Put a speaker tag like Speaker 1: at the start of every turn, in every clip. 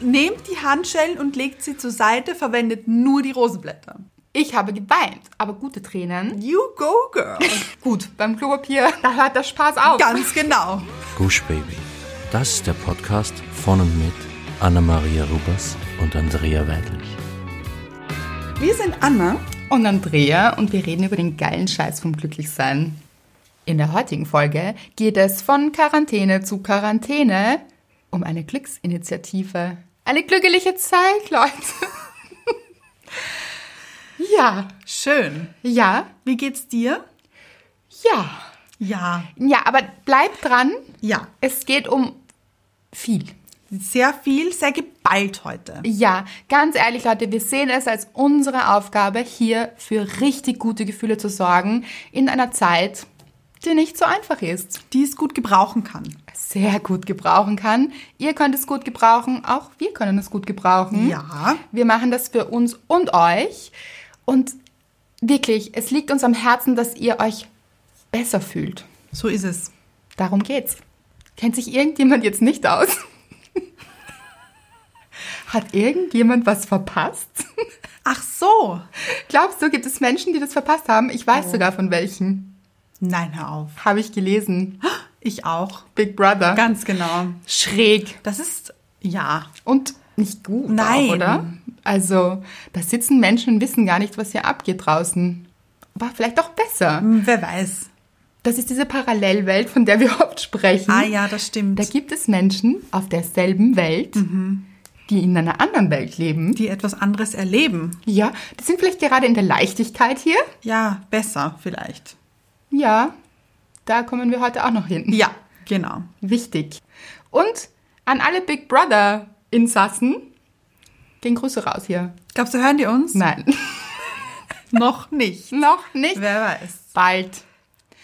Speaker 1: die Handschellen und legt sie zur Seite, verwendet nur die Rosenblätter.
Speaker 2: Ich habe geweint, aber gute Tränen.
Speaker 1: You go, girl.
Speaker 2: Gut, beim Klopapier, da hört der Spaß auf.
Speaker 1: Ganz genau.
Speaker 3: Gush Baby. Das ist der Podcast von und mit Anna-Maria Rubers und Andrea Weidlich.
Speaker 1: Wir sind Anna.
Speaker 2: Und Andrea und wir reden über den geilen Scheiß vom Glücklichsein. In der heutigen Folge geht es von Quarantäne zu Quarantäne um eine Glücksinitiative. Eine glückliche Zeit, Leute. ja,
Speaker 1: Schön.
Speaker 2: ja,
Speaker 1: Wie geht's dir?
Speaker 2: ja.
Speaker 1: Ja.
Speaker 2: Ja, aber bleibt dran.
Speaker 1: Ja.
Speaker 2: Es geht um viel.
Speaker 1: Sehr viel, sehr geballt heute.
Speaker 2: Ja, ganz ehrlich, Leute, wir sehen es als unsere Aufgabe, hier für richtig gute Gefühle zu sorgen in einer Zeit, die nicht so einfach ist.
Speaker 1: Die es gut gebrauchen kann.
Speaker 2: Sehr gut gebrauchen kann. Ihr könnt es gut gebrauchen, auch wir können es gut gebrauchen.
Speaker 1: Ja.
Speaker 2: Wir machen das für uns und euch. Und wirklich, es liegt uns am Herzen, dass ihr euch besser fühlt.
Speaker 1: So ist es.
Speaker 2: Darum geht's. Kennt sich irgendjemand jetzt nicht aus? Hat irgendjemand was verpasst?
Speaker 1: Ach so.
Speaker 2: Glaubst du, gibt es Menschen, die das verpasst haben? Ich weiß sogar von welchen.
Speaker 1: Nein, hör auf.
Speaker 2: Habe ich gelesen.
Speaker 1: Ich auch.
Speaker 2: Big Brother.
Speaker 1: Ganz genau.
Speaker 2: schräg.
Speaker 1: Das ist, ja,
Speaker 2: Und nicht gut,
Speaker 1: Nein.
Speaker 2: Auch, oder? Also, da sitzen Menschen und wissen gar nicht, was hier abgeht draußen. War vielleicht auch besser.
Speaker 1: hm, wer weiß.
Speaker 2: Das ist diese Parallelwelt, von der wir oft sprechen.
Speaker 1: Ah ja, das stimmt.
Speaker 2: Da gibt es Menschen auf derselben Welt,
Speaker 1: Mhm.
Speaker 2: die in einer anderen Welt leben.
Speaker 1: die etwas anderes erleben.
Speaker 2: Ja, die sind vielleicht gerade in der Leichtigkeit hier.
Speaker 1: Ja, besser vielleicht.
Speaker 2: Ja, da kommen wir heute auch noch hin.
Speaker 1: Ja, genau.
Speaker 2: Wichtig. Und an alle Big Brother-Insassen gehen Grüße raus hier.
Speaker 1: Glaubst du, hören die uns?
Speaker 2: Nein,
Speaker 1: Noch nicht.
Speaker 2: noch nicht.
Speaker 1: Wer weiß.
Speaker 2: Bald.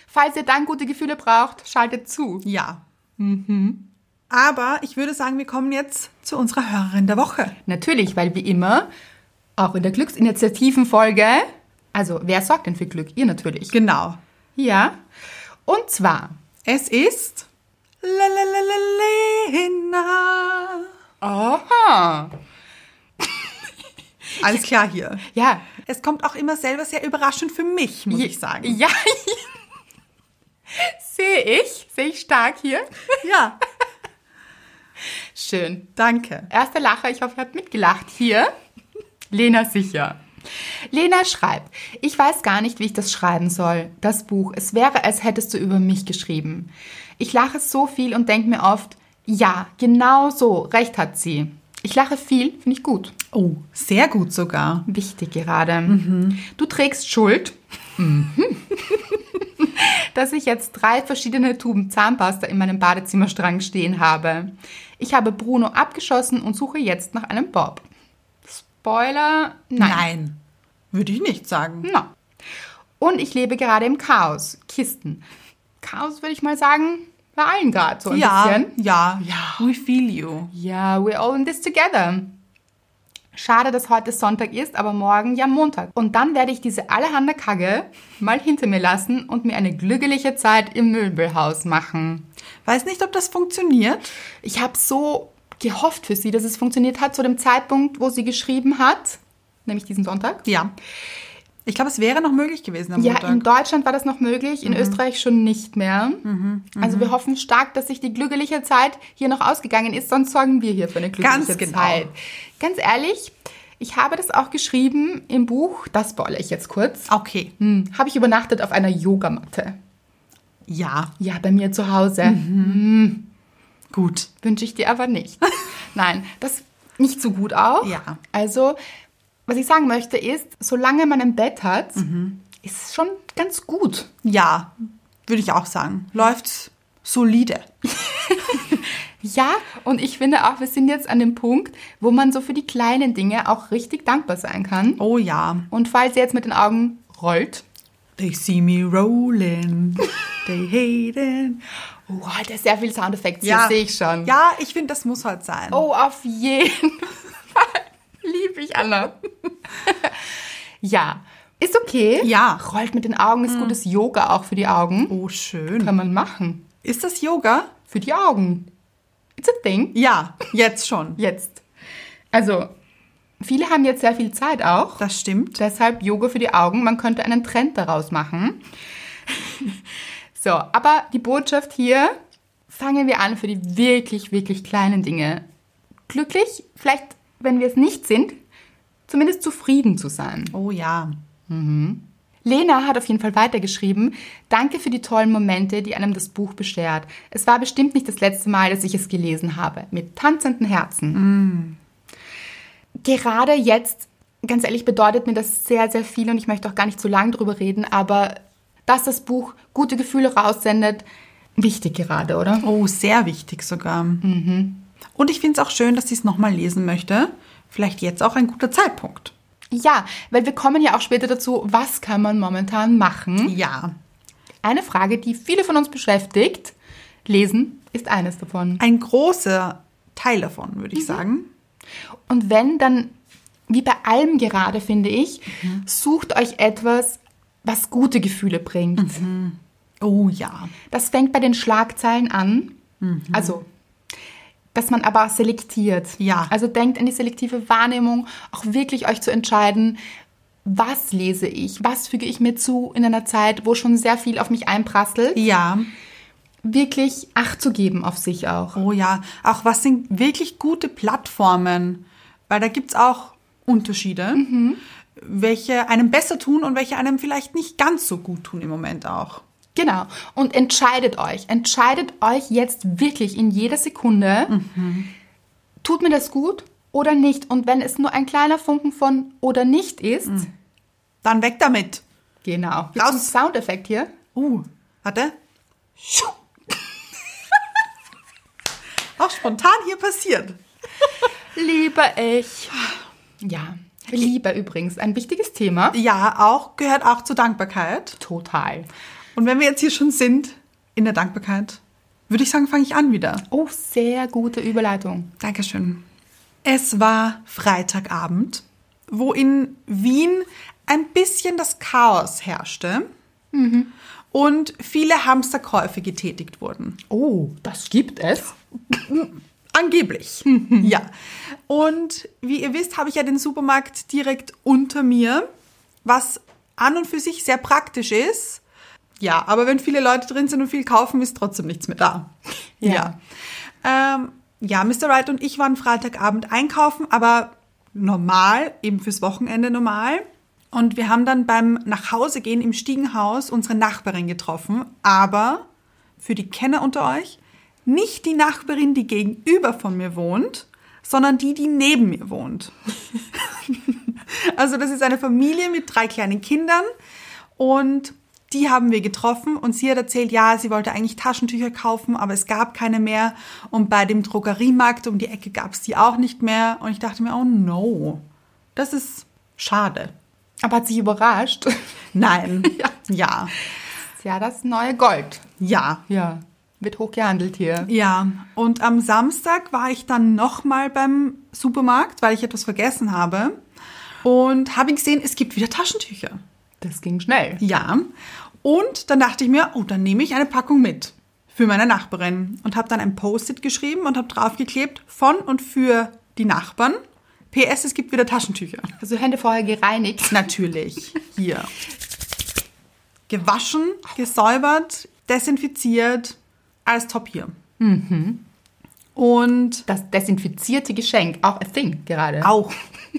Speaker 2: Falls ihr dann gute Gefühle braucht, schaltet zu.
Speaker 1: Ja. Mhm. Aber ich würde sagen, wir kommen jetzt zu unserer Hörerin der Woche.
Speaker 2: Natürlich, weil wie immer, auch in der Glücksinitiativenfolge, also wer sorgt denn für Glück? Ihr natürlich.
Speaker 1: Genau.
Speaker 2: Ja. Und zwar
Speaker 1: Es ist La La La La Lena.
Speaker 2: Aha.
Speaker 1: Alles klar hier.
Speaker 2: Ja.
Speaker 1: Es kommt auch immer selber sehr überraschend für mich, muss ich sagen.
Speaker 2: Ja. Sehe ich. Sehe ich stark hier.
Speaker 1: Ja,
Speaker 2: Schön.
Speaker 1: danke.
Speaker 2: Erster Lacher. Ich hoffe, ihr habt mitgelacht hier. Lena sicher. Lena schreibt, ich weiß gar nicht, wie ich das schreiben soll, das Buch. Es wäre, als hättest du über mich geschrieben. Ich lache so viel und denke mir oft, ja, genau so, recht hat sie. Ich lache viel, finde ich gut.
Speaker 1: Oh, sehr gut sogar.
Speaker 2: Wichtig gerade. Du trägst Schuld, dass ich jetzt drei verschiedene Tuben Zahnpasta in meinem Badezimmerstrang stehen habe. Ich habe Bruno abgeschossen und suche jetzt nach einem Bob. Spoiler, nein.
Speaker 1: Nein. Hm, Würde ich nicht sagen.
Speaker 2: Na. Und ich lebe gerade im Chaos. Kisten. Chaos würde ich mal sagen, bei allen gerade so ein
Speaker 1: ja,
Speaker 2: bisschen.
Speaker 1: ja, ja. We feel you.
Speaker 2: Ja, we're all in this together. Schade, dass heute Sonntag ist, aber morgen ja Montag. Und dann werde ich diese allerhande Kacke mal hinter mir lassen und mir eine glückliche Zeit im Möbelhaus machen.
Speaker 1: Weiß nicht, ob das funktioniert.
Speaker 2: Ich habe so gehofft für sie, dass es funktioniert hat zu dem Zeitpunkt, wo sie geschrieben hat, nämlich diesen Sonntag.
Speaker 1: Ja. Ich glaube, es wäre noch möglich gewesen am
Speaker 2: Ja,
Speaker 1: Montag. Mhm.
Speaker 2: in Deutschland war das noch möglich, in Österreich schon nicht mehr. Also wir hoffen stark, dass sich die glückliche Zeit hier noch ausgegangen ist, sonst sorgen wir hier für eine glückliche
Speaker 1: Ganz genau.
Speaker 2: Zeit. Ganz ehrlich, ich habe das auch geschrieben im Buch, das spoilere ich jetzt kurz.
Speaker 1: okay.
Speaker 2: Hm, habe ich übernachtet auf einer Yogamatte.
Speaker 1: Ja,
Speaker 2: Ja, bei mir zu Hause.
Speaker 1: Mhm. gut.
Speaker 2: Wünsche ich dir aber nicht. Nein, das nicht so gut auch.
Speaker 1: Ja.
Speaker 2: Also, was ich sagen möchte ist, solange man ein Bett hat,
Speaker 1: Mhm.
Speaker 2: ist es schon ganz gut.
Speaker 1: Ja, würde ich auch sagen. Läuft solide.
Speaker 2: Ja, und ich finde auch, wir sind jetzt an dem Punkt, wo man so für die kleinen Dinge auch richtig dankbar sein kann.
Speaker 1: Oh ja.
Speaker 2: Und falls ihr jetzt mit den Augen rollt,
Speaker 1: They see me rolling. They hating.
Speaker 2: oh, da ist sehr viel Soundeffekte, ja. sehe ich schon.
Speaker 1: Ja, ich finde, das muss halt sein.
Speaker 2: Oh, auf jeden Fall. Lieb ich, Anna. ja, ist okay.
Speaker 1: Ja. Hm.
Speaker 2: Rollt mit den Augen, ist gutes Yoga auch für die Augen.
Speaker 1: Oh, schön.
Speaker 2: Kann man machen.
Speaker 1: Ist das Yoga?
Speaker 2: Für die Augen. It's a thing.
Speaker 1: Ja, jetzt schon.
Speaker 2: Jetzt. Also, viele haben jetzt sehr viel Zeit auch.
Speaker 1: Das stimmt.
Speaker 2: Deshalb Yoga für die Augen. Man könnte einen Trend daraus machen. so, aber die Botschaft hier, fangen wir an für die wirklich, wirklich kleinen Dinge. Glücklich, vielleicht, wenn wir es nicht sind, zumindest zufrieden zu sein.
Speaker 1: Oh ja.
Speaker 2: Lena hat auf jeden Fall weitergeschrieben. Danke für die tollen Momente, die einem das Buch beschert. Es war bestimmt nicht das letzte Mal, dass ich es gelesen habe. Mit tanzenden Herzen. Gerade jetzt, ganz ehrlich, bedeutet mir das sehr, sehr viel und ich möchte auch gar nicht so lange drüber reden, aber dass das Buch gute Gefühle raussendet, wichtig gerade, oder?
Speaker 1: Oh, sehr wichtig sogar.
Speaker 2: Mhm.
Speaker 1: Und ich finde es auch schön, dass sie es nochmal lesen möchte. Vielleicht jetzt auch ein guter Zeitpunkt.
Speaker 2: Ja, weil wir kommen ja auch später dazu, was kann man momentan machen?
Speaker 1: Ja.
Speaker 2: Eine Frage, die viele von uns beschäftigt. Lesen ist eines davon.
Speaker 1: Ein großer Teil davon, würde ich
Speaker 2: Mhm.
Speaker 1: sagen.
Speaker 2: Und wenn, dann, wie bei allem gerade, finde ich,
Speaker 1: Mhm.
Speaker 2: sucht euch etwas, was gute Gefühle bringt.
Speaker 1: Oh ja.
Speaker 2: Das fängt bei den Schlagzeilen an.
Speaker 1: Mhm.
Speaker 2: Also, dass man aber selektiert.
Speaker 1: Ja.
Speaker 2: Also denkt an die selektive Wahrnehmung, auch wirklich euch zu entscheiden, was lese ich, was füge ich mir zu in einer Zeit, wo schon sehr viel auf mich einprasselt.
Speaker 1: Ja.
Speaker 2: Wirklich Acht zu geben auf sich auch.
Speaker 1: Oh ja. Auch was sind wirklich gute Plattformen? Weil da gibt es auch Unterschiede, welche einem besser tun und welche einem vielleicht nicht ganz so gut tun im Moment auch.
Speaker 2: Genau. Und entscheidet euch. Entscheidet euch jetzt wirklich in jeder Sekunde,
Speaker 1: Mhm.
Speaker 2: tut mir das gut oder nicht. Und wenn es nur ein kleiner Funken von oder nicht ist,
Speaker 1: Dann weg damit.
Speaker 2: genau.
Speaker 1: Mhm. Raus.
Speaker 2: Raus. Soundeffekt hier.
Speaker 1: Uh, warte. Schuh. auch spontan hier passiert.
Speaker 2: Lieber ich. Ja. Liebe übrigens, ein wichtiges Thema.
Speaker 1: Ja, auch gehört auch zur Dankbarkeit.
Speaker 2: Total.
Speaker 1: Und wenn wir jetzt hier schon sind in der Dankbarkeit, würde ich sagen, fange ich an wieder.
Speaker 2: Oh, sehr gute Überleitung.
Speaker 1: Dankeschön. Es war Freitagabend, wo in Wien ein bisschen das Chaos herrschte und viele Hamsterkäufe getätigt wurden.
Speaker 2: Oh, das gibt es.
Speaker 1: Angeblich. ja. Und wie ihr wisst, habe ich ja den Supermarkt direkt unter mir, was an und für sich sehr praktisch ist. Ja, aber wenn viele Leute drin sind und viel kaufen, ist trotzdem nichts mehr da.
Speaker 2: Ja.
Speaker 1: Ja, ähm, ja Mr. Wright und ich waren Freitagabend einkaufen, aber normal, eben fürs Wochenende normal. Und wir haben dann beim Nachhausegehen im Stiegenhaus unsere Nachbarin getroffen, aber für die Kenner unter euch, nicht die Nachbarin, die gegenüber von mir wohnt, sondern die, die neben mir wohnt. Also das ist eine Familie mit drei kleinen Kindern und die haben wir getroffen und sie hat erzählt, ja, sie wollte eigentlich Taschentücher kaufen, aber es gab keine mehr und bei dem Drogeriemarkt um die Ecke gab es die auch nicht mehr und ich dachte mir, oh no, das ist schade.
Speaker 2: Aber hat sich überrascht.
Speaker 1: Nein, ja,
Speaker 2: Ja, das neue Gold.
Speaker 1: ja,
Speaker 2: Ja. Wird hoch gehandelt hier.
Speaker 1: Ja, und am Samstag war ich dann nochmal beim Supermarkt, weil ich etwas vergessen habe. Und habe gesehen, es gibt wieder Taschentücher.
Speaker 2: Das ging schnell.
Speaker 1: Ja. Und dann dachte ich mir, oh, dann nehme ich eine Packung mit für meine Nachbarin. Und habe dann ein Post-it geschrieben und habe draufgeklebt von und für die Nachbarn. PS, es gibt wieder Taschentücher.
Speaker 2: Also Hände vorher gereinigt.
Speaker 1: Natürlich. Hier. Gewaschen, gesäubert, desinfiziert. Alles top hier. Und
Speaker 2: Das desinfizierte Geschenk, auch a thing gerade.
Speaker 1: auch,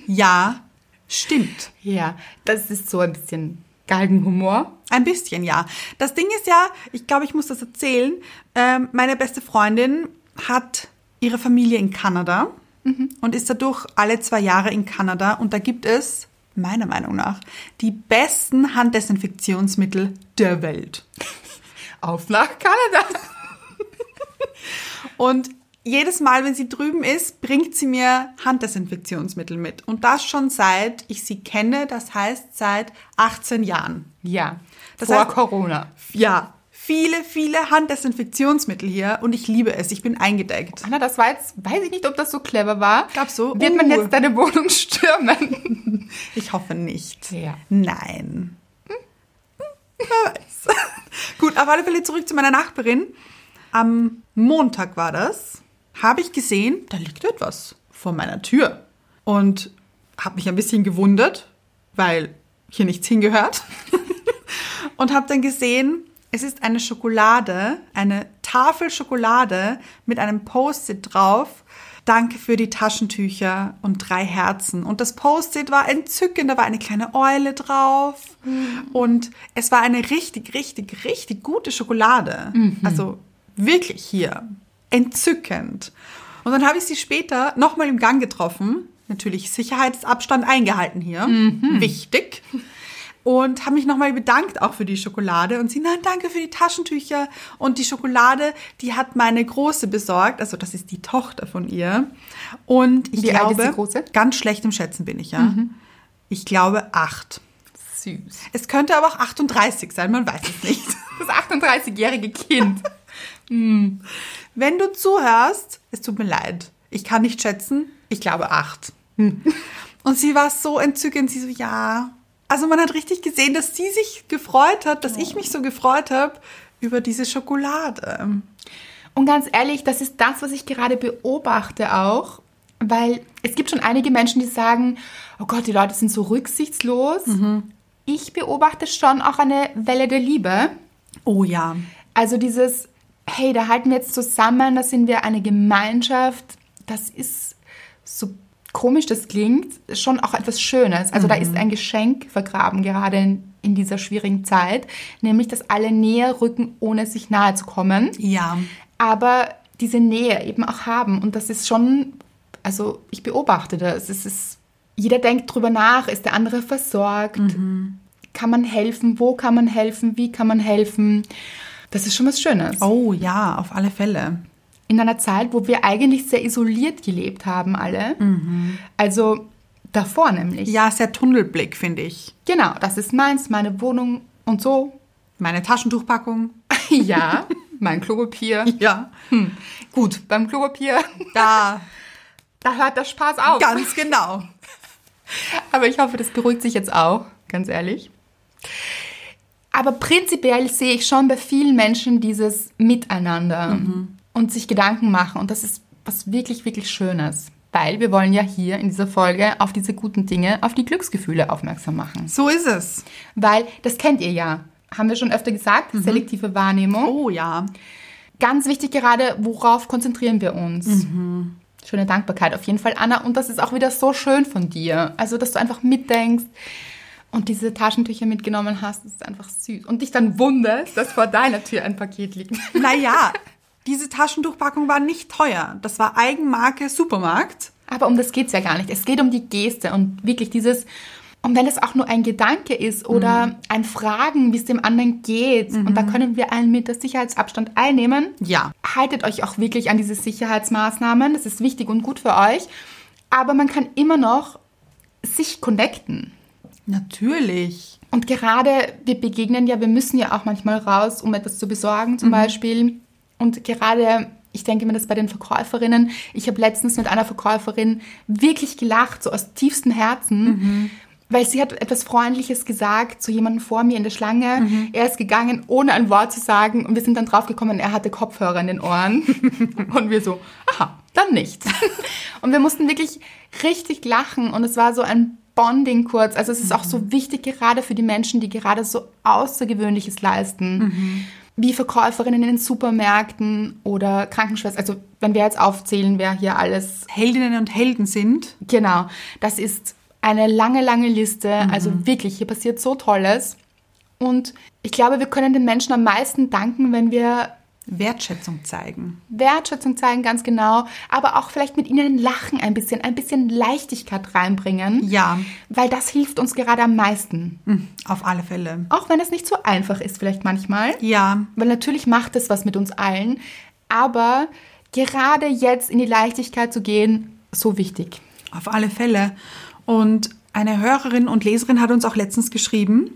Speaker 1: ja, stimmt.
Speaker 2: Ja, das ist so ein bisschen Galgenhumor.
Speaker 1: Ein bisschen, ja. Das Ding ist ja, ich glaube, ich muss das erzählen. Ähm, meine beste Freundin hat ihre Familie in Kanada und ist dadurch alle zwei Jahre in Kanada. Und da gibt es, meiner Meinung nach, die besten Handdesinfektionsmittel der Welt.
Speaker 2: Auf nach Kanada.
Speaker 1: Und jedes Mal, wenn sie drüben ist, bringt sie mir Handdesinfektionsmittel mit. Und das schon seit ich sie kenne, das heißt seit 18 Jahren.
Speaker 2: Ja,
Speaker 1: Das
Speaker 2: vor
Speaker 1: heißt-
Speaker 2: Corona.
Speaker 1: Ja, viele, viele Handdesinfektionsmittel hier und ich liebe es. Ich bin eingedeckt.
Speaker 2: Anna, das war jetzt, weiß ich nicht, ob das so clever war.
Speaker 1: Glaub so.
Speaker 2: Wird man
Speaker 1: Uh.
Speaker 2: jetzt deine Wohnung stürmen?
Speaker 1: Ich hoffe nicht.
Speaker 2: Ja.
Speaker 1: Nein. Wer weiß. Gut, auf alle Fälle zurück zu meiner Nachbarin. Am Montag war das, habe ich gesehen, da liegt etwas vor meiner Tür. und habe mich ein bisschen gewundert, weil hier nichts hingehört. und habe dann gesehen, es ist eine Schokolade, eine Tafel Schokolade mit einem Post-it drauf. Danke für die Taschentücher und drei Herzen. Und das Post-it war entzückend. Da war eine kleine Eule drauf. Und es war eine richtig, richtig, richtig gute Schokolade. Also wirklich hier. Entzückend. Und dann habe ich sie später nochmal im Gang getroffen. Natürlich Sicherheitsabstand eingehalten hier. Wichtig und habe mich nochmal bedankt auch für die Schokolade und sie, nein, danke für die Taschentücher und die Schokolade, die hat meine Große besorgt, also das ist die Tochter von ihr und ich
Speaker 2: Wie alt
Speaker 1: glaube,
Speaker 2: ist die Große? Mhm.
Speaker 1: ganz schlecht im Schätzen bin ich, ja. Ich glaube acht.
Speaker 2: Süß.
Speaker 1: Es könnte aber auch 38 sein, man weiß es nicht.
Speaker 2: Das 38-jährige Kind.
Speaker 1: Wenn du zuhörst, es tut mir leid. Ich kann nicht schätzen. Ich glaube acht. Hm. Und sie war so entzückend. Sie so, ja. Also man hat richtig gesehen, dass sie sich gefreut hat, dass ich mich so gefreut habe über diese Schokolade.
Speaker 2: Und ganz ehrlich, das ist das, was ich gerade beobachte auch, weil es gibt schon einige Menschen, die sagen, oh Gott, die Leute sind so rücksichtslos.
Speaker 1: Mhm.
Speaker 2: Ich beobachte schon auch eine Welle der Liebe.
Speaker 1: Oh ja.
Speaker 2: Also dieses, hey, da halten wir jetzt zusammen, da sind wir eine Gemeinschaft, das ist so komisch das klingt, schon auch etwas Schönes. Also da ist ein Geschenk vergraben, gerade in, in dieser schwierigen Zeit, nämlich, dass alle näher rücken, ohne sich nahe zu kommen
Speaker 1: Ja.
Speaker 2: aber diese Nähe eben auch haben. Und das ist schon, also ich beobachte das. Es ist, jeder denkt drüber nach, ist der andere versorgt?
Speaker 1: Mhm.
Speaker 2: Kann man helfen? Wo kann man helfen? Wie kann man helfen? Das ist schon was Schönes.
Speaker 1: Oh ja, auf alle Fälle.
Speaker 2: In einer Zeit, wo wir eigentlich sehr isoliert gelebt haben, alle. Also davor nämlich.
Speaker 1: Mhm. Ja, sehr Tunnelblick, finde ich.
Speaker 2: Genau, das ist meins, meine Wohnung und so.
Speaker 1: Meine Taschentuchpackung.
Speaker 2: ja, mein Klopapier.
Speaker 1: Ja.
Speaker 2: Gut, beim Klopapier,
Speaker 1: Da,
Speaker 2: da hört der Spaß auf.
Speaker 1: ganz genau.
Speaker 2: Aber ich hoffe, das beruhigt sich jetzt auch, ganz ehrlich. Aber prinzipiell sehe ich schon bei vielen Menschen dieses Miteinander und sich Gedanken machen. Und das ist was wirklich, wirklich Schönes. Weil wir wollen ja hier in dieser Folge auf diese guten Dinge, auf die Glücksgefühle aufmerksam machen.
Speaker 1: So ist es.
Speaker 2: Weil, das kennt ihr ja, haben wir schon öfter gesagt, selektive Wahrnehmung.
Speaker 1: Oh ja.
Speaker 2: Ganz wichtig gerade, worauf konzentrieren wir uns? Schöne Dankbarkeit auf jeden Fall, Anna. Und das ist auch wieder so schön von dir. Also, dass du einfach mitdenkst und diese Taschentücher mitgenommen hast, das ist einfach süß. Und dich dann wunderst, dass vor deiner Tür ein Paket liegt.
Speaker 1: Naja, diese Taschentuchpackung war nicht teuer. Das war Eigenmarke Supermarkt.
Speaker 2: Aber um das geht's ja gar nicht. Es geht um die Geste und wirklich dieses, und wenn es auch nur ein Gedanke ist oder ein Fragen, wie es dem anderen geht, und da können wir einen Meter Sicherheitsabstand einnehmen.
Speaker 1: Ja.
Speaker 2: Haltet euch auch wirklich an diese Sicherheitsmaßnahmen. Das ist wichtig und gut für euch. Aber man kann immer noch sich connecten.
Speaker 1: Natürlich.
Speaker 2: Und gerade wir begegnen ja, wir müssen ja auch manchmal raus, um etwas zu besorgen zum Beispiel. Und gerade, ich denke mir das bei den Verkäuferinnen, ich habe letztens mit einer Verkäuferin wirklich gelacht, so aus tiefstem Herzen. Weil sie hat etwas Freundliches gesagt zu jemandem vor mir in der Schlange. Er ist gegangen, ohne ein Wort zu sagen. Und wir sind dann draufgekommen, er hatte Kopfhörer in den Ohren. und wir so, aha, dann nicht. und wir mussten wirklich richtig lachen. Und es war so ein Bonding kurz. Also es ist auch so wichtig, gerade für die Menschen, die gerade so Außergewöhnliches leisten. Wie Verkäuferinnen in den Supermärkten oder Krankenschwestern. Also wenn wir jetzt aufzählen, wer hier alles
Speaker 1: Heldinnen und Helden sind.
Speaker 2: Genau, das ist eine lange, lange Liste. Also wirklich, hier passiert so Tolles. Und ich glaube, wir können den Menschen am meisten danken, wenn wir
Speaker 1: Wertschätzung zeigen.
Speaker 2: Wertschätzung zeigen, ganz genau, aber auch vielleicht mit ihnen lachen ein bisschen, ein bisschen Leichtigkeit reinbringen.
Speaker 1: Ja.
Speaker 2: Weil das hilft uns gerade am meisten.
Speaker 1: Mhm, Auf alle Fälle.
Speaker 2: Auch wenn es nicht so einfach ist, vielleicht manchmal.
Speaker 1: Ja.
Speaker 2: Weil natürlich macht es was mit uns allen. Aber gerade jetzt in die Leichtigkeit zu gehen, so wichtig.
Speaker 1: Auf alle Fälle. Und eine Hörerin und Leserin hat uns auch letztens geschrieben,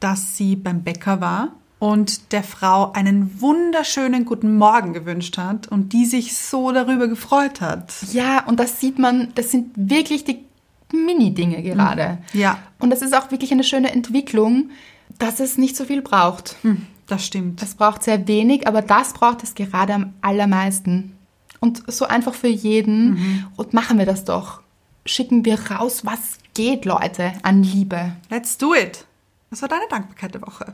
Speaker 1: dass sie beim Bäcker war und der Frau einen wunderschönen guten Morgen gewünscht hat und die sich so darüber gefreut hat.
Speaker 2: Ja, und das sieht man, das sind wirklich die Mini-Dinge gerade.
Speaker 1: Mhm. Ja.
Speaker 2: Und das ist auch wirklich eine schöne Entwicklung, dass es nicht so viel braucht.
Speaker 1: Hm, Das stimmt.
Speaker 2: Es braucht sehr wenig, aber das braucht es gerade am allermeisten. Und so einfach für jeden. Und machen wir das doch. schicken wir raus, was geht, Leute, an Liebe.
Speaker 1: Let's do it. Was war deine Dankbarkeit der Woche?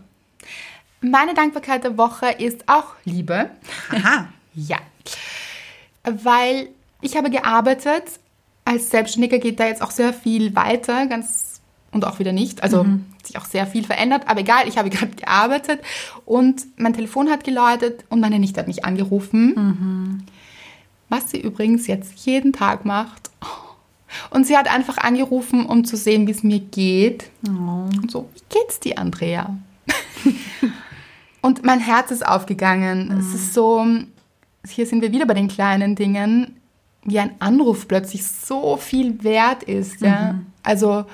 Speaker 2: Meine Dankbarkeit der Woche ist auch Liebe.
Speaker 1: Aha.
Speaker 2: Ja. Weil ich habe gearbeitet. Als Selbstständiger geht da jetzt auch sehr viel weiter, ganz und auch wieder nicht. Also hat sich auch sehr viel verändert, aber egal, ich habe gerade gearbeitet und mein Telefon hat geläutet und meine Nichte hat mich angerufen. Was sie übrigens jetzt jeden Tag macht. Und sie hat einfach angerufen, um zu sehen, wie es mir geht. Und so, wie geht's dir, Andrea? Und mein Herz ist aufgegangen. Es ist so, hier sind wir wieder bei den kleinen Dingen, wie ein Anruf plötzlich so viel wert ist. Ja? Also,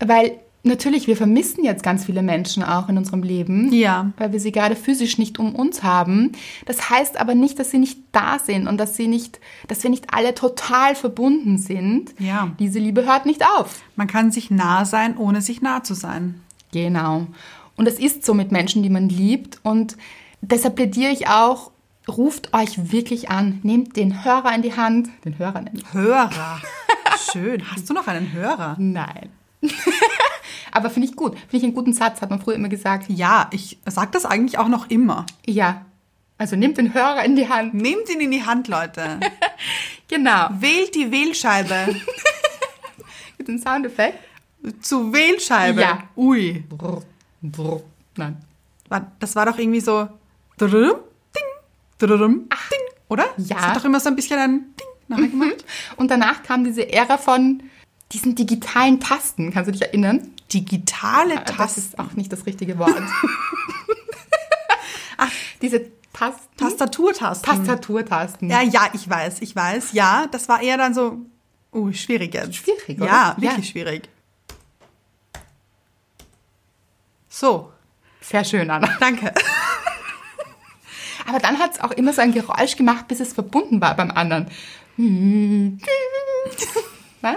Speaker 2: weil natürlich, wir vermissen jetzt ganz viele Menschen auch in unserem Leben,
Speaker 1: Ja.
Speaker 2: weil wir sie gerade physisch nicht um uns haben. Das heißt aber nicht, dass sie nicht da sind und dass sie nicht, dass wir nicht alle total verbunden sind.
Speaker 1: Ja.
Speaker 2: Diese Liebe hört nicht auf.
Speaker 1: Man kann sich nah sein, ohne sich nah zu sein.
Speaker 2: Genau. Und es ist so mit Menschen, die man liebt. Und deshalb plädiere ich auch, ruft euch wirklich an. Nehmt den Hörer in die Hand. Den Hörer nämlich.
Speaker 1: Hörer. Schön. Hast du noch einen Hörer?
Speaker 2: Nein. Aber finde ich gut. Finde ich einen guten Satz, hat man früher immer gesagt.
Speaker 1: Ja, ich sag das eigentlich auch noch immer.
Speaker 2: Ja. Also nehmt den Hörer in die Hand.
Speaker 1: Nehmt ihn in die Hand, Leute.
Speaker 2: Genau.
Speaker 1: Wählt die Wählscheibe
Speaker 2: Mit dem Soundeffekt.
Speaker 1: zu Wählscheibe.
Speaker 2: Ja.
Speaker 1: Ui.
Speaker 2: Brr, brr. Nein.
Speaker 1: War- Das war doch irgendwie so. drrrrum, Ding, drrrrum, ding, oder?
Speaker 2: Ja.
Speaker 1: Das hat doch immer so ein bisschen ein Ding nachher gemacht.
Speaker 2: Und danach kam diese Ära von diesen digitalen Tasten. Kannst du dich erinnern? Ah,
Speaker 1: Digitale
Speaker 2: Das
Speaker 1: Äh, Tasten.
Speaker 2: ist auch nicht das richtige Wort. Ach, diese Tasten.
Speaker 1: Tastaturtasten.
Speaker 2: Tastaturtasten.
Speaker 1: Ja, ja, ich weiß, ich weiß. Ja, das war eher dann so. Uh, schwierig jetzt.
Speaker 2: Schwierig, oder?
Speaker 1: Ja,
Speaker 2: Ja.
Speaker 1: wirklich schwierig. So,
Speaker 2: Sehr schön, Anna.
Speaker 1: danke.
Speaker 2: Aber dann hat es auch immer so ein Geräusch gemacht, bis es verbunden war beim anderen. Hm. Ne?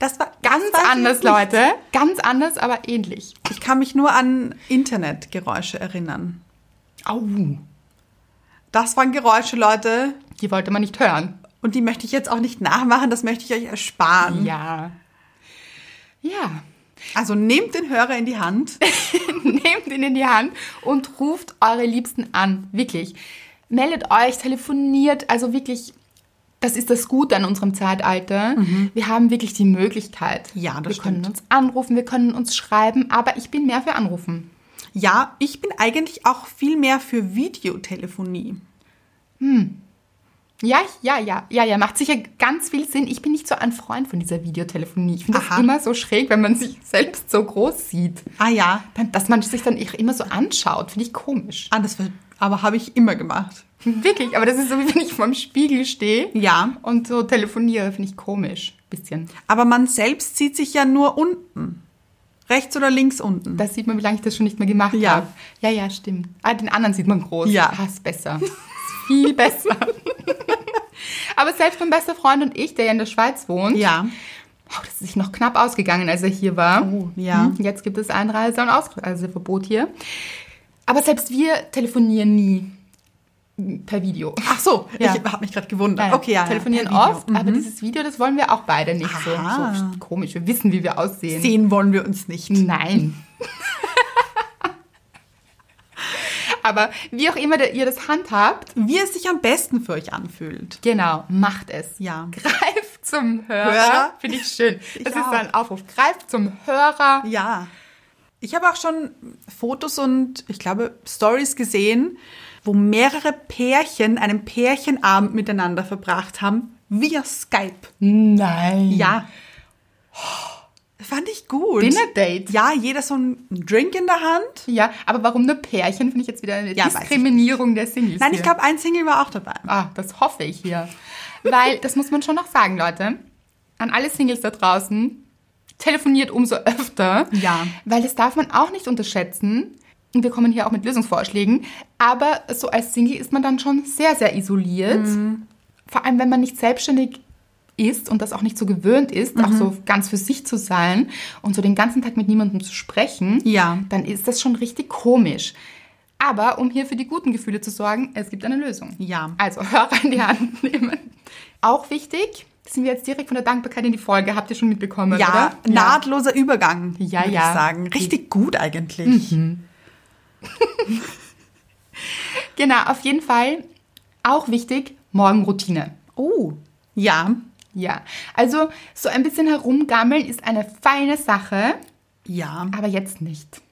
Speaker 1: Das war
Speaker 2: Ganz
Speaker 1: das war
Speaker 2: anders,
Speaker 1: jetzt nicht.
Speaker 2: Leute. Ganz anders, aber ähnlich.
Speaker 1: Ich kann mich nur an Internetgeräusche erinnern.
Speaker 2: Au.
Speaker 1: Das waren Geräusche, Leute.
Speaker 2: Die wollte man nicht hören.
Speaker 1: Und die möchte ich jetzt auch nicht nachmachen, das möchte ich euch ersparen.
Speaker 2: Ja. Ja.
Speaker 1: Also nehmt den Hörer in die Hand.
Speaker 2: Nehmt ihn in die Hand und ruft eure Liebsten an. Wirklich. Meldet euch, telefoniert. Also wirklich, das ist das Gute an unserem Zeitalter. Wir haben wirklich die Möglichkeit.
Speaker 1: Mhm. Ja, das
Speaker 2: Wir können
Speaker 1: stimmt.
Speaker 2: uns anrufen, wir können uns schreiben, aber ich bin mehr für Anrufen.
Speaker 1: Ja, ich bin eigentlich auch viel mehr für Videotelefonie.
Speaker 2: Ja, ich- ja, ja, ja, ja, macht sicher ganz viel Sinn. Ich bin nicht so ein Freund von dieser Videotelefonie. Ich finde das
Speaker 1: Aha.
Speaker 2: immer so schräg, wenn man sich selbst so groß sieht.
Speaker 1: Ah ja,
Speaker 2: Dann- Dass man sich dann auch immer so anschaut, finde ich komisch.
Speaker 1: anders wird. Aber habe ich immer gemacht.
Speaker 2: Wirklich, aber das ist so, wie wenn ich vorm Spiegel stehe
Speaker 1: Ja.
Speaker 2: und so telefoniere, finde ich komisch. Bisschen.
Speaker 1: Aber man selbst sieht sich ja nur unten. Rechts oder links unten.
Speaker 2: Da sieht man, wie lange ich das schon nicht mehr gemacht
Speaker 1: Ja.
Speaker 2: habe. Ja, ja, stimmt. Ah, den anderen sieht man groß.
Speaker 1: Ja.
Speaker 2: Passt besser. Ist Viel besser. aber selbst mein bester Freund und ich, der ja in der Schweiz wohnt,
Speaker 1: Ja.
Speaker 2: Oh, das ist sich noch knapp ausgegangen, als er hier war.
Speaker 1: Oh, ja.
Speaker 2: Hm, Jetzt gibt es Einreise- und Ausreiseverbot hier. Aber selbst wir telefonieren nie per Video.
Speaker 1: Ach so,
Speaker 2: Ja.
Speaker 1: ich habe mich gerade gewundert.
Speaker 2: Nein,
Speaker 1: okay, ja.
Speaker 2: telefonieren
Speaker 1: per Video. Mhm.
Speaker 2: oft, aber dieses Video, das wollen wir auch beide nicht so,
Speaker 1: Aha.
Speaker 2: so komisch. Wir wissen, wie wir aussehen.
Speaker 1: Sehen wollen wir uns nicht.
Speaker 2: Nein. aber wie auch immer ihr das handhabt,
Speaker 1: Wie es sich am besten für euch anfühlt.
Speaker 2: genau, macht es.
Speaker 1: Ja.
Speaker 2: Greift zum Hörer.
Speaker 1: Hörer?
Speaker 2: Finde ich schön.
Speaker 1: Ich
Speaker 2: Das ist so
Speaker 1: auch.
Speaker 2: ein Aufruf. Greift zum Hörer.
Speaker 1: Ja. Ich habe auch schon Fotos und ich glaube Stories gesehen, wo mehrere Pärchen einen Pärchenabend miteinander verbracht haben via Skype.
Speaker 2: Nein.
Speaker 1: Ja. Oh, Fand ich gut.
Speaker 2: Dinner Date.
Speaker 1: Ja, jeder so einen Drink in der Hand.
Speaker 2: Ja, aber warum nur Pärchen, finde ich jetzt wieder eine
Speaker 1: Ja, weiß ich
Speaker 2: Diskriminierung der Singles.
Speaker 1: Nein, ich
Speaker 2: hier.
Speaker 1: glaube, ein Single war auch dabei.
Speaker 2: Ah, das hoffe ich hier. Weil, das muss man schon noch sagen, Leute. An alle Singles da draußen, telefoniert umso öfter.
Speaker 1: Ja.
Speaker 2: Weil das darf man auch nicht unterschätzen. Und wir kommen hier auch mit Lösungsvorschlägen. Aber so als Single ist man dann schon sehr, sehr isoliert.
Speaker 1: Mhm.
Speaker 2: Vor allem, wenn man nicht selbstständig ist und das auch nicht so gewöhnt ist,
Speaker 1: Mhm.
Speaker 2: auch so ganz für sich zu sein und so den ganzen Tag mit niemandem zu sprechen,
Speaker 1: Ja.
Speaker 2: dann ist das schon richtig komisch. Aber um hier für die guten Gefühle zu sorgen, es gibt eine Lösung.
Speaker 1: Ja.
Speaker 2: Also Hörer in die Hand nehmen. Auch wichtig, sind wir jetzt direkt von der Dankbarkeit in die Folge. Habt ihr schon mitbekommen,
Speaker 1: Ja,
Speaker 2: oder?
Speaker 1: nahtloser Übergang,
Speaker 2: Ja,
Speaker 1: würde
Speaker 2: ja. Mhm.
Speaker 1: ich sagen. Richtig gut eigentlich.
Speaker 2: Genau, auf jeden Fall auch wichtig, Morgenroutine.
Speaker 1: Oh, ja,
Speaker 2: Ja, also so ein bisschen herumgammeln ist eine feine Sache,
Speaker 1: ja,
Speaker 2: aber jetzt nicht.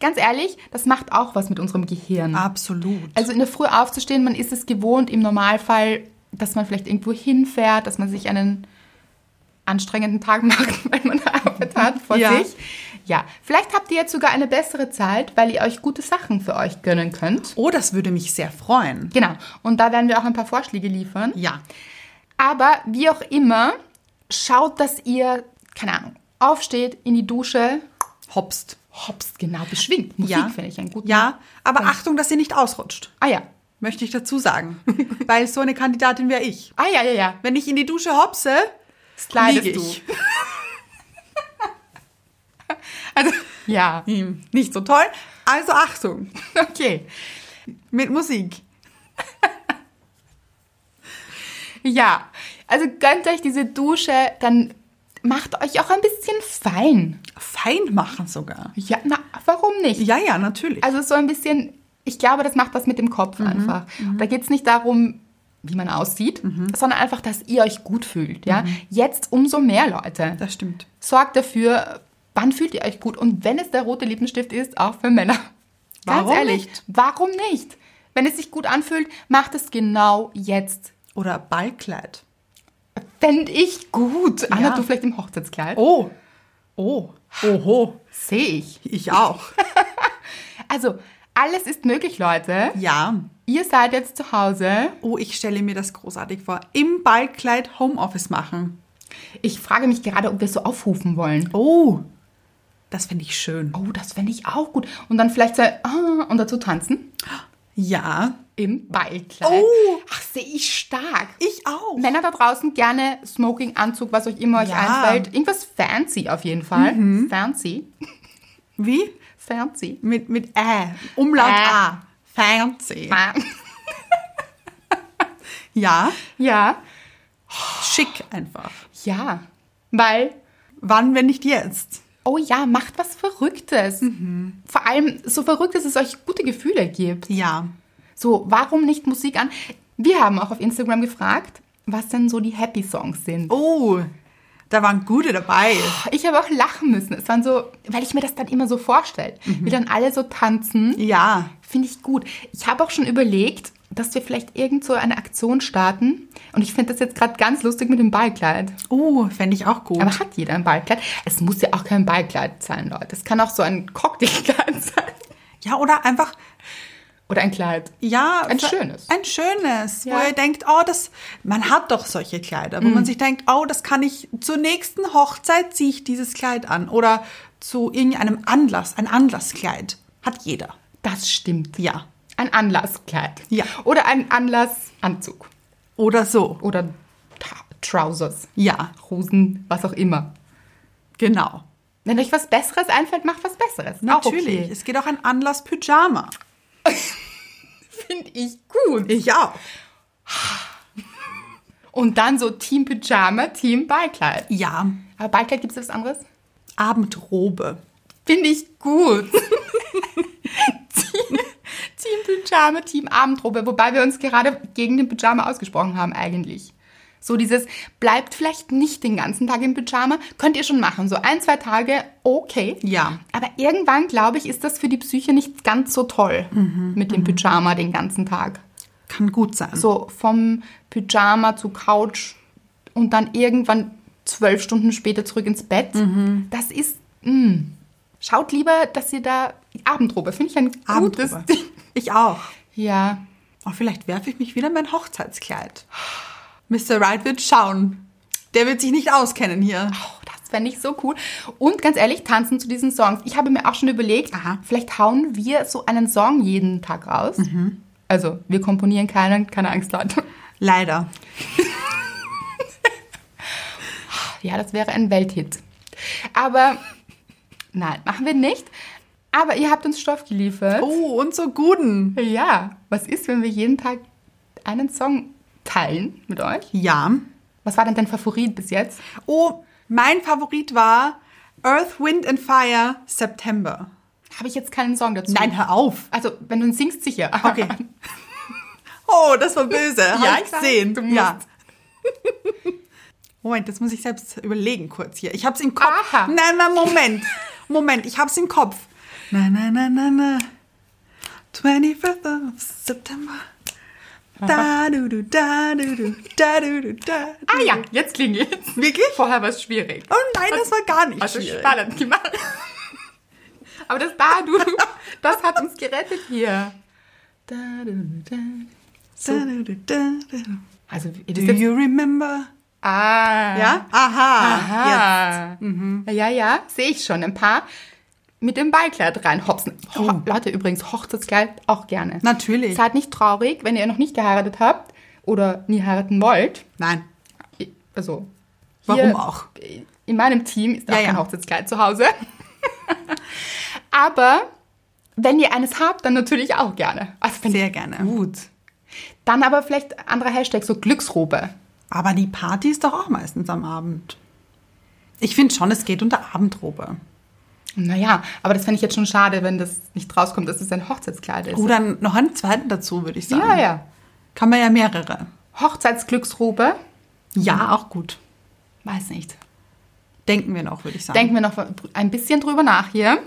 Speaker 2: Ganz ehrlich, das macht auch was mit unserem Gehirn.
Speaker 1: absolut.
Speaker 2: Also in der Früh aufzustehen, man ist es gewohnt im Normalfall, dass man vielleicht irgendwo hinfährt, dass man sich einen anstrengenden Tag macht, weil man Arbeit hat vor
Speaker 1: Ja.
Speaker 2: sich. Ja, vielleicht habt ihr jetzt sogar eine bessere Zeit, weil ihr euch gute Sachen für euch gönnen könnt.
Speaker 1: oh, das würde mich sehr freuen.
Speaker 2: Genau, und da werden wir auch ein paar Vorschläge liefern.
Speaker 1: Ja,
Speaker 2: Aber wie auch immer, schaut, dass ihr, keine Ahnung, aufsteht, in die Dusche,
Speaker 1: hopst.
Speaker 2: hopst, genau, beschwingt. Musik
Speaker 1: ja.
Speaker 2: finde ich einen guten.
Speaker 1: Ja, aber Achtung, dass ihr nicht ausrutscht,
Speaker 2: Ah ja,
Speaker 1: möchte ich dazu sagen. Weil so eine Kandidatin wäre ich.
Speaker 2: ah ja, ja, ja.
Speaker 1: Wenn ich in die Dusche hopse,
Speaker 2: Slidest
Speaker 1: liege
Speaker 2: du.
Speaker 1: ich.
Speaker 2: Also, ja,
Speaker 1: Hm, Nicht so toll. Also Achtung,
Speaker 2: okay.
Speaker 1: mit Musik.
Speaker 2: Ja, also gönnt euch diese Dusche, dann macht euch auch ein bisschen fein.
Speaker 1: Fein machen sogar.
Speaker 2: Ja, na, warum nicht?
Speaker 1: Ja, ja, natürlich.
Speaker 2: Also so ein bisschen, ich glaube, das macht was mit dem Kopf
Speaker 1: Mhm.
Speaker 2: einfach. Da geht es nicht darum, wie man aussieht,
Speaker 1: Mhm.
Speaker 2: sondern einfach, dass ihr euch gut fühlt. Ja? Jetzt umso mehr, Leute.
Speaker 1: das stimmt.
Speaker 2: Sorgt dafür, wann fühlt ihr euch gut. Und wenn es der rote Lippenstift ist, auch für Männer. Ganz
Speaker 1: Warum
Speaker 2: ehrlich,
Speaker 1: nicht?
Speaker 2: warum nicht? Wenn es sich gut anfühlt, macht es genau jetzt.
Speaker 1: Oder Ballkleid.
Speaker 2: Fände ich gut. Anna,
Speaker 1: Ja.
Speaker 2: du vielleicht im Hochzeitskleid?
Speaker 1: Oh, oh, oho,
Speaker 2: Sehe ich.
Speaker 1: ich auch.
Speaker 2: Also, alles ist möglich, Leute.
Speaker 1: Ja.
Speaker 2: Ihr seid jetzt zu Hause.
Speaker 1: Oh, ich stelle mir das großartig vor. Im Ballkleid Homeoffice machen.
Speaker 2: Ich frage mich gerade, ob wir so aufrufen wollen.
Speaker 1: Oh, das finde ich schön.
Speaker 2: Oh, das fände ich auch gut. Und dann vielleicht so, ah, und dazu tanzen.
Speaker 1: Ja,
Speaker 2: Im Ballkleid.
Speaker 1: Oh.
Speaker 2: Ach, sehe ich stark.
Speaker 1: ich auch.
Speaker 2: Männer da draußen gerne Smoking, Anzug, was euch immer euch
Speaker 1: Ja. Mhm.
Speaker 2: einfällt. Irgendwas fancy auf jeden Fall. Fancy.
Speaker 1: Wie?
Speaker 2: Fancy.
Speaker 1: Mit, mit Ä. Umlaut
Speaker 2: Ä.
Speaker 1: A. Fancy.
Speaker 2: Ah,
Speaker 1: Ja,
Speaker 2: Ja.
Speaker 1: schick einfach.
Speaker 2: Ja. Weil
Speaker 1: Wann, wenn nicht jetzt?
Speaker 2: Oh ja, macht was Verrücktes.
Speaker 1: Mhm.
Speaker 2: Vor allem so verrückt, dass es euch gute Gefühle gibt.
Speaker 1: Ja.
Speaker 2: So, warum nicht Musik an? Wir haben auch auf Instagram gefragt, was denn so die Happy Songs sind.
Speaker 1: Oh, da waren gute dabei.
Speaker 2: Ich habe auch lachen müssen. Es waren so, weil ich mir das dann immer so vorstelle. Wie dann alle so tanzen.
Speaker 1: Mhm. Ja.
Speaker 2: Finde ich gut. Ich habe auch schon überlegt, dass wir vielleicht irgend so eine Aktion starten. Und ich finde das jetzt gerade ganz lustig mit dem Ballkleid.
Speaker 1: Oh, fände ich auch gut.
Speaker 2: Aber hat jeder ein Ballkleid? Es muss ja auch kein Ballkleid sein, Leute. Es kann auch so ein Cocktailkleid sein.
Speaker 1: ja, oder einfach,
Speaker 2: Oder ein Kleid.
Speaker 1: ja.
Speaker 2: Ein
Speaker 1: ver-
Speaker 2: schönes.
Speaker 1: Ein schönes, wo
Speaker 2: Ja.
Speaker 1: ihr denkt, oh, das, man hat doch solche Kleider, wo man sich denkt, oh, das kann ich, zur nächsten Hochzeit ziehe ich dieses Kleid an. Oder zu irgendeinem Anlass, ein Anlasskleid. Hat jeder.
Speaker 2: Das stimmt.
Speaker 1: Ja.
Speaker 2: Ein Anlasskleid.
Speaker 1: Ja.
Speaker 2: Oder ein Anlassanzug.
Speaker 1: Oder so.
Speaker 2: Oder Ta- Trousers.
Speaker 1: Ja,
Speaker 2: Hosen, was auch immer.
Speaker 1: genau.
Speaker 2: Wenn euch was Besseres einfällt, macht was Besseres.
Speaker 1: Natürlich.
Speaker 2: Auch okay.
Speaker 1: Es geht auch ein Anlass-Pyjama.
Speaker 2: Finde ich gut.
Speaker 1: Ich auch.
Speaker 2: Und dann so Team Pyjama, Team Ballkleid.
Speaker 1: Ja.
Speaker 2: Aber Ballkleid gibt es was anderes?
Speaker 1: Abendrobe.
Speaker 2: Finde ich gut. Team- Team Pyjama, Team Abendrobe, wobei wir uns gerade gegen den Pyjama ausgesprochen haben eigentlich. So dieses, bleibt vielleicht nicht den ganzen Tag im Pyjama, könnt ihr schon machen. So ein, zwei Tage, okay.
Speaker 1: Ja.
Speaker 2: Aber irgendwann, glaube ich, ist das für die Psyche nicht ganz so toll
Speaker 1: Mhm.
Speaker 2: mit dem Pyjama den ganzen Tag.
Speaker 1: Kann gut sein.
Speaker 2: So vom Pyjama zu Couch und dann irgendwann zwölf Stunden später zurück ins Bett.
Speaker 1: Mhm.
Speaker 2: Das ist. Mh. Schaut lieber, dass ihr da Abendrobe. Finde ich ein gutes
Speaker 1: Abendrobe.
Speaker 2: Ding.
Speaker 1: Ich auch.
Speaker 2: Ja.
Speaker 1: Oh, vielleicht werfe ich mich wieder in mein Hochzeitskleid. Mr. Wright wird schauen. Der wird sich nicht auskennen hier.
Speaker 2: Oh, das fände ich so cool. Und ganz ehrlich, tanzen zu diesen Songs. Ich habe mir auch schon überlegt,
Speaker 1: Aha.
Speaker 2: vielleicht hauen wir so einen Song jeden Tag raus.
Speaker 1: Mhm.
Speaker 2: Also, wir komponieren keinen, keine Angst, Leute.
Speaker 1: Leider.
Speaker 2: Ja, das wäre ein Welthit. Aber nein, machen wir nicht. Aber ihr habt uns Stoff geliefert.
Speaker 1: Oh, und so guten.
Speaker 2: Ja, was ist, wenn wir jeden Tag einen Song teilen mit euch?
Speaker 1: Ja,
Speaker 2: Was war denn dein Favorit bis jetzt?
Speaker 1: Oh, mein Favorit war Earth, Wind and Fire September.
Speaker 2: Habe ich jetzt keinen Song dazu.
Speaker 1: Nein, hör auf.
Speaker 2: Also, wenn du ihn singst, sicher.
Speaker 1: Okay. Oh, das war böse.
Speaker 2: Ja,
Speaker 1: ja, ich
Speaker 2: ich sag,
Speaker 1: gesehen.
Speaker 2: du musst.
Speaker 1: Ja. Moment, das muss ich selbst überlegen kurz hier. Ich hab's im Kopf.
Speaker 2: Aha.
Speaker 1: Nein, nein, Moment. Moment, ich hab's im Kopf. Na, na, na, na, na. 25th of September. Da, du, du, da, du, du, da, du, du, da. du.
Speaker 2: ah ja, jetzt klingelt's.
Speaker 1: Wirklich?
Speaker 2: Vorher war es schwierig.
Speaker 1: Oh nein, das war gar nicht
Speaker 2: Also
Speaker 1: schwierig.
Speaker 2: spannend gemacht. Aber das da, du, das hat uns gerettet hier. Da, du, da.
Speaker 1: Da, du, du, da, du.
Speaker 2: Also, ihr
Speaker 1: Do
Speaker 2: wisst jetzt.
Speaker 1: you remember?
Speaker 2: Ah.
Speaker 1: Ja? Aha. Jetzt.
Speaker 2: Aha. Mhm. Ja, ja, sehe ich schon. Ein paar mit dem Ballkleid reinhopsen. Ho Leute, übrigens, Hochzeitskleid auch gerne.
Speaker 1: Oh. Natürlich.
Speaker 2: Seid nicht traurig, wenn ihr noch nicht geheiratet habt oder nie heiraten wollt.
Speaker 1: Nein.
Speaker 2: Also,
Speaker 1: Warum auch?
Speaker 2: In meinem Team ist auch
Speaker 1: Ja, ja.
Speaker 2: kein Hochzeitskleid zu Hause. Aber wenn ihr eines habt, dann natürlich auch gerne. Also, wenn
Speaker 1: Sehr gerne.
Speaker 2: Gut. Dann aber vielleicht anderer Hashtag, so Glücksrobe.
Speaker 1: Aber die Party ist doch auch meistens am Abend. Ich finde schon, es geht unter Abendrobe.
Speaker 2: Naja, aber das fände ich jetzt schon schade, wenn das nicht rauskommt, dass es ein Hochzeitskleid ist.
Speaker 1: Oder noch einen zweiten dazu, würde ich sagen.
Speaker 2: ja, ja.
Speaker 1: Kann man ja mehrere.
Speaker 2: Hochzeitsglücksrobe,
Speaker 1: Ja,
Speaker 2: Genau.
Speaker 1: auch gut.
Speaker 2: weiß nicht.
Speaker 1: Denken wir noch, würde ich sagen.
Speaker 2: Denken wir noch ein bisschen drüber nach hier.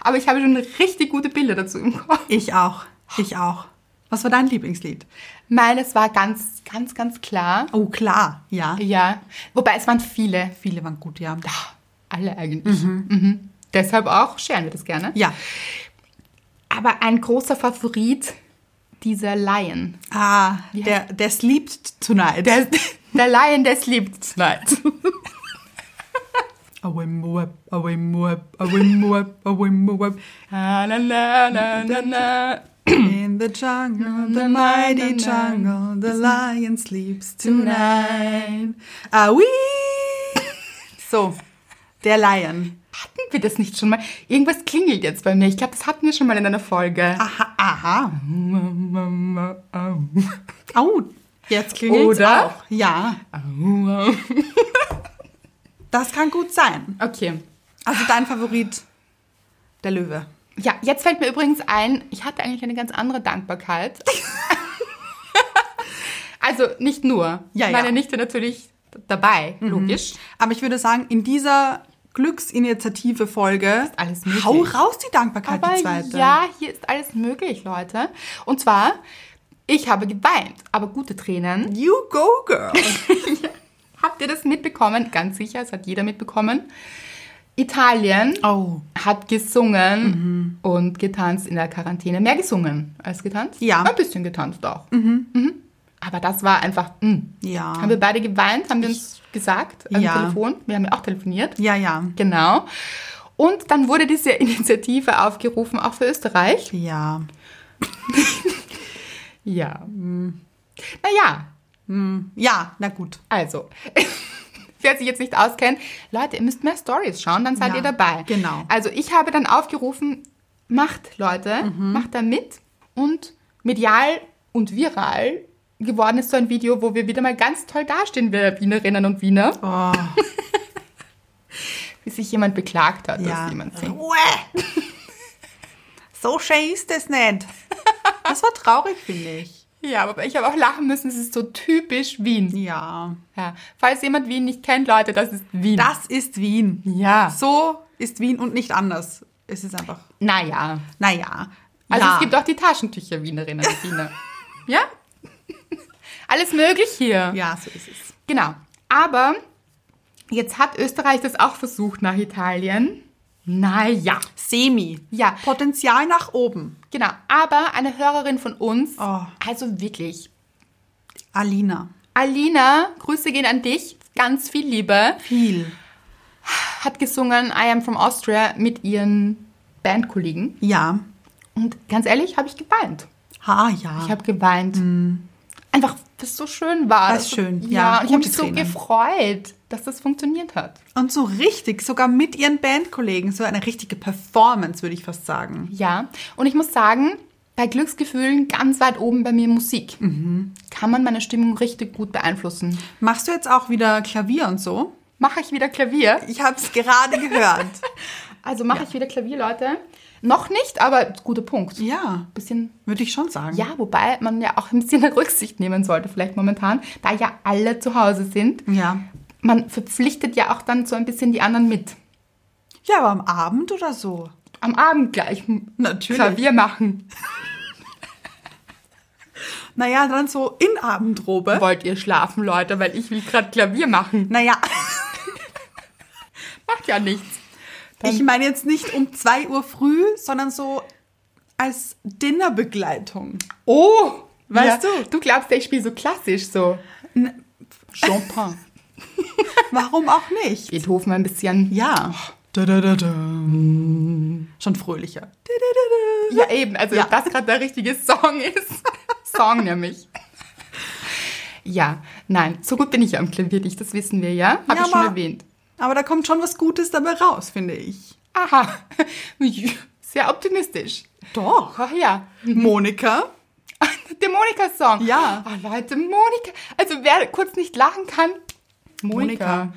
Speaker 2: Aber ich habe schon richtig gute Bilder dazu im Kopf.
Speaker 1: ich auch. Ich auch. Was war dein Lieblingslied?
Speaker 2: Meines war ganz, ganz, ganz klar.
Speaker 1: Oh, klar. Ja.
Speaker 2: Ja. Wobei es waren viele.
Speaker 1: Viele waren gut, ja.
Speaker 2: Alle eigentlich. Mhm. Deshalb auch scheren wir das gerne.
Speaker 1: Ja.
Speaker 2: Aber ein großer Favorit, dieser Lion.
Speaker 1: Ah, der, der sleept tonight.
Speaker 2: Der, der Lion, der sleept tonight.
Speaker 1: a whim web, a whim web, a whim web, a whim web.
Speaker 2: Na, na, na, na, na, na.
Speaker 1: In the jungle, the mighty jungle, the lion sleeps tonight. Ah, oui. So, der Lion.
Speaker 2: Hatten wir das nicht schon mal? Irgendwas klingelt jetzt bei mir. Ich glaube, das hatten wir schon mal in einer Folge.
Speaker 1: Aha, aha. Oh, jetzt klingelt's
Speaker 2: Oder?
Speaker 1: auch. Ja, das kann gut sein.
Speaker 2: Okay.
Speaker 1: Also dein Favorit, der Löwe.
Speaker 2: Ja, jetzt fällt mir übrigens ein, ich hatte eigentlich eine ganz andere Dankbarkeit. also nicht nur.
Speaker 1: Ja, ja. Mhm.
Speaker 2: Meine Nichte natürlich dabei, logisch.
Speaker 1: Aber ich würde sagen, in dieser Glücksinitiative-Folge,
Speaker 2: alles möglich.
Speaker 1: hau raus die Dankbarkeit,
Speaker 2: Aber
Speaker 1: Ah, die zweite.
Speaker 2: ja, hier ist alles möglich, Leute. Und zwar, ich habe geweint, aber gute Tränen.
Speaker 1: You go, girl.
Speaker 2: Habt ihr das mitbekommen? Ganz sicher, es hat jeder mitbekommen. Italien
Speaker 1: Oh.
Speaker 2: hat gesungen
Speaker 1: Mhm.
Speaker 2: und getanzt in der Quarantäne. Mehr gesungen als getanzt?
Speaker 1: Ja.
Speaker 2: Ein bisschen getanzt auch. Mhm. Aber das war einfach. mh.
Speaker 1: Ja.
Speaker 2: Haben wir beide geweint, haben wir uns gesagt am
Speaker 1: Ja.
Speaker 2: Telefon. Wir haben ja auch telefoniert.
Speaker 1: Ja, ja.
Speaker 2: Genau. Und dann wurde diese Initiative aufgerufen, auch für Österreich.
Speaker 1: Ja.
Speaker 2: Ja. Hm. Naja,
Speaker 1: Ja, na gut.
Speaker 2: Also, wer sich jetzt nicht auskennt, Leute, ihr müsst mehr Stories schauen, dann seid
Speaker 1: Ja,
Speaker 2: ihr dabei.
Speaker 1: genau.
Speaker 2: Also ich habe dann aufgerufen, macht Leute,
Speaker 1: Mhm.
Speaker 2: macht da mit und medial und viral geworden ist so ein Video, wo wir wieder mal ganz toll dastehen, wir Wienerinnen und Wiener,
Speaker 1: Oh.
Speaker 2: wie sich jemand beklagt hat,
Speaker 1: Ja.
Speaker 2: dass jemand singt.
Speaker 1: Uäh. So schön ist das nicht. Das war traurig, finde ich.
Speaker 2: Ja, aber ich habe auch lachen müssen, es ist so typisch Wien.
Speaker 1: Ja.
Speaker 2: Ja. Falls jemand Wien nicht kennt, Leute, das ist Wien.
Speaker 1: Das ist Wien.
Speaker 2: ja.
Speaker 1: So ist Wien und nicht anders. Es ist einfach,
Speaker 2: Naja.
Speaker 1: naja.
Speaker 2: Also
Speaker 1: ja.
Speaker 2: es gibt auch die Taschentücher Wienerinnen und Wiener. ja? Alles möglich hier.
Speaker 1: Ja, so ist es.
Speaker 2: Genau. Aber jetzt hat Österreich das auch versucht nach Italien. Naja.
Speaker 1: Semi.
Speaker 2: Ja.
Speaker 1: Potenzial nach oben.
Speaker 2: Genau. Aber eine Hörerin von uns,
Speaker 1: Oh.
Speaker 2: also wirklich,
Speaker 1: Alina.
Speaker 2: Alina, Grüße gehen an dich. Ganz viel Liebe.
Speaker 1: Viel.
Speaker 2: Hat gesungen I Am From Austria mit ihren Bandkollegen.
Speaker 1: Ja.
Speaker 2: Und ganz ehrlich, habe ich geweint.
Speaker 1: Ha, ja.
Speaker 2: Ich habe geweint. Einfach, was so schön war.
Speaker 1: Mm. Was
Speaker 2: Das-
Speaker 1: schön, ja,
Speaker 2: Ja, und ich habe
Speaker 1: gute
Speaker 2: mich so
Speaker 1: Tränen.
Speaker 2: gefreut, dass das funktioniert hat.
Speaker 1: und so richtig, sogar mit ihren Bandkollegen, so eine richtige Performance, würde ich fast sagen. Mhm.
Speaker 2: Ja, und ich muss sagen, bei Glücksgefühlen ganz weit oben bei mir Musik. kann man meine Stimmung richtig gut beeinflussen.
Speaker 1: Machst du jetzt auch wieder Klavier und so?
Speaker 2: Mache ich wieder Klavier?
Speaker 1: Ich habe es gerade gehört.
Speaker 2: Also mache ich wieder Klavier, Leute? Noch nicht, aber guter Punkt.
Speaker 1: ja,
Speaker 2: Bisschen
Speaker 1: würde ich schon sagen.
Speaker 2: Ja, wobei man ja auch ein bisschen Rücksicht nehmen sollte, vielleicht momentan, da ja alle zu Hause sind.
Speaker 1: Ja.
Speaker 2: Man verpflichtet ja auch dann so ein bisschen die anderen mit.
Speaker 1: Ja, aber am Abend oder so.
Speaker 2: Am Abend gleich m-
Speaker 1: Natürlich.
Speaker 2: Klavier machen.
Speaker 1: Naja, dann so in Abendrobe.
Speaker 2: Wollt ihr schlafen, Leute, weil ich will gerade Klavier machen.
Speaker 1: Naja,
Speaker 2: Macht ja nichts. Dann-
Speaker 1: ich meine jetzt nicht um 2 Uhr früh, sondern so als Dinnerbegleitung.
Speaker 2: Oh,
Speaker 1: weißt du?
Speaker 2: Du glaubst ja, ich spiele so klassisch so. Chopin.
Speaker 1: Warum auch nicht?
Speaker 2: Beethoven ein bisschen.
Speaker 1: Ja. Da, da, da, da. Schon fröhlicher. Da, da, da, da.
Speaker 2: Ja, eben. Also,
Speaker 1: Ja.
Speaker 2: dass gerade der richtige Song ist. Song nämlich. Ja, nein, so gut bin ich am Klavier nicht, das wissen wir ja. Habe
Speaker 1: Ja,
Speaker 2: ich schon
Speaker 1: aber-
Speaker 2: erwähnt.
Speaker 1: Aber da kommt schon was Gutes dabei raus, finde ich.
Speaker 2: Aha, sehr optimistisch.
Speaker 1: Doch.
Speaker 2: Ach ja,
Speaker 1: Monika.
Speaker 2: der Monika-Song.
Speaker 1: Ja.
Speaker 2: Ah, Leute, Monika. Also, wer kurz nicht lachen kann, Monika.
Speaker 1: Monika.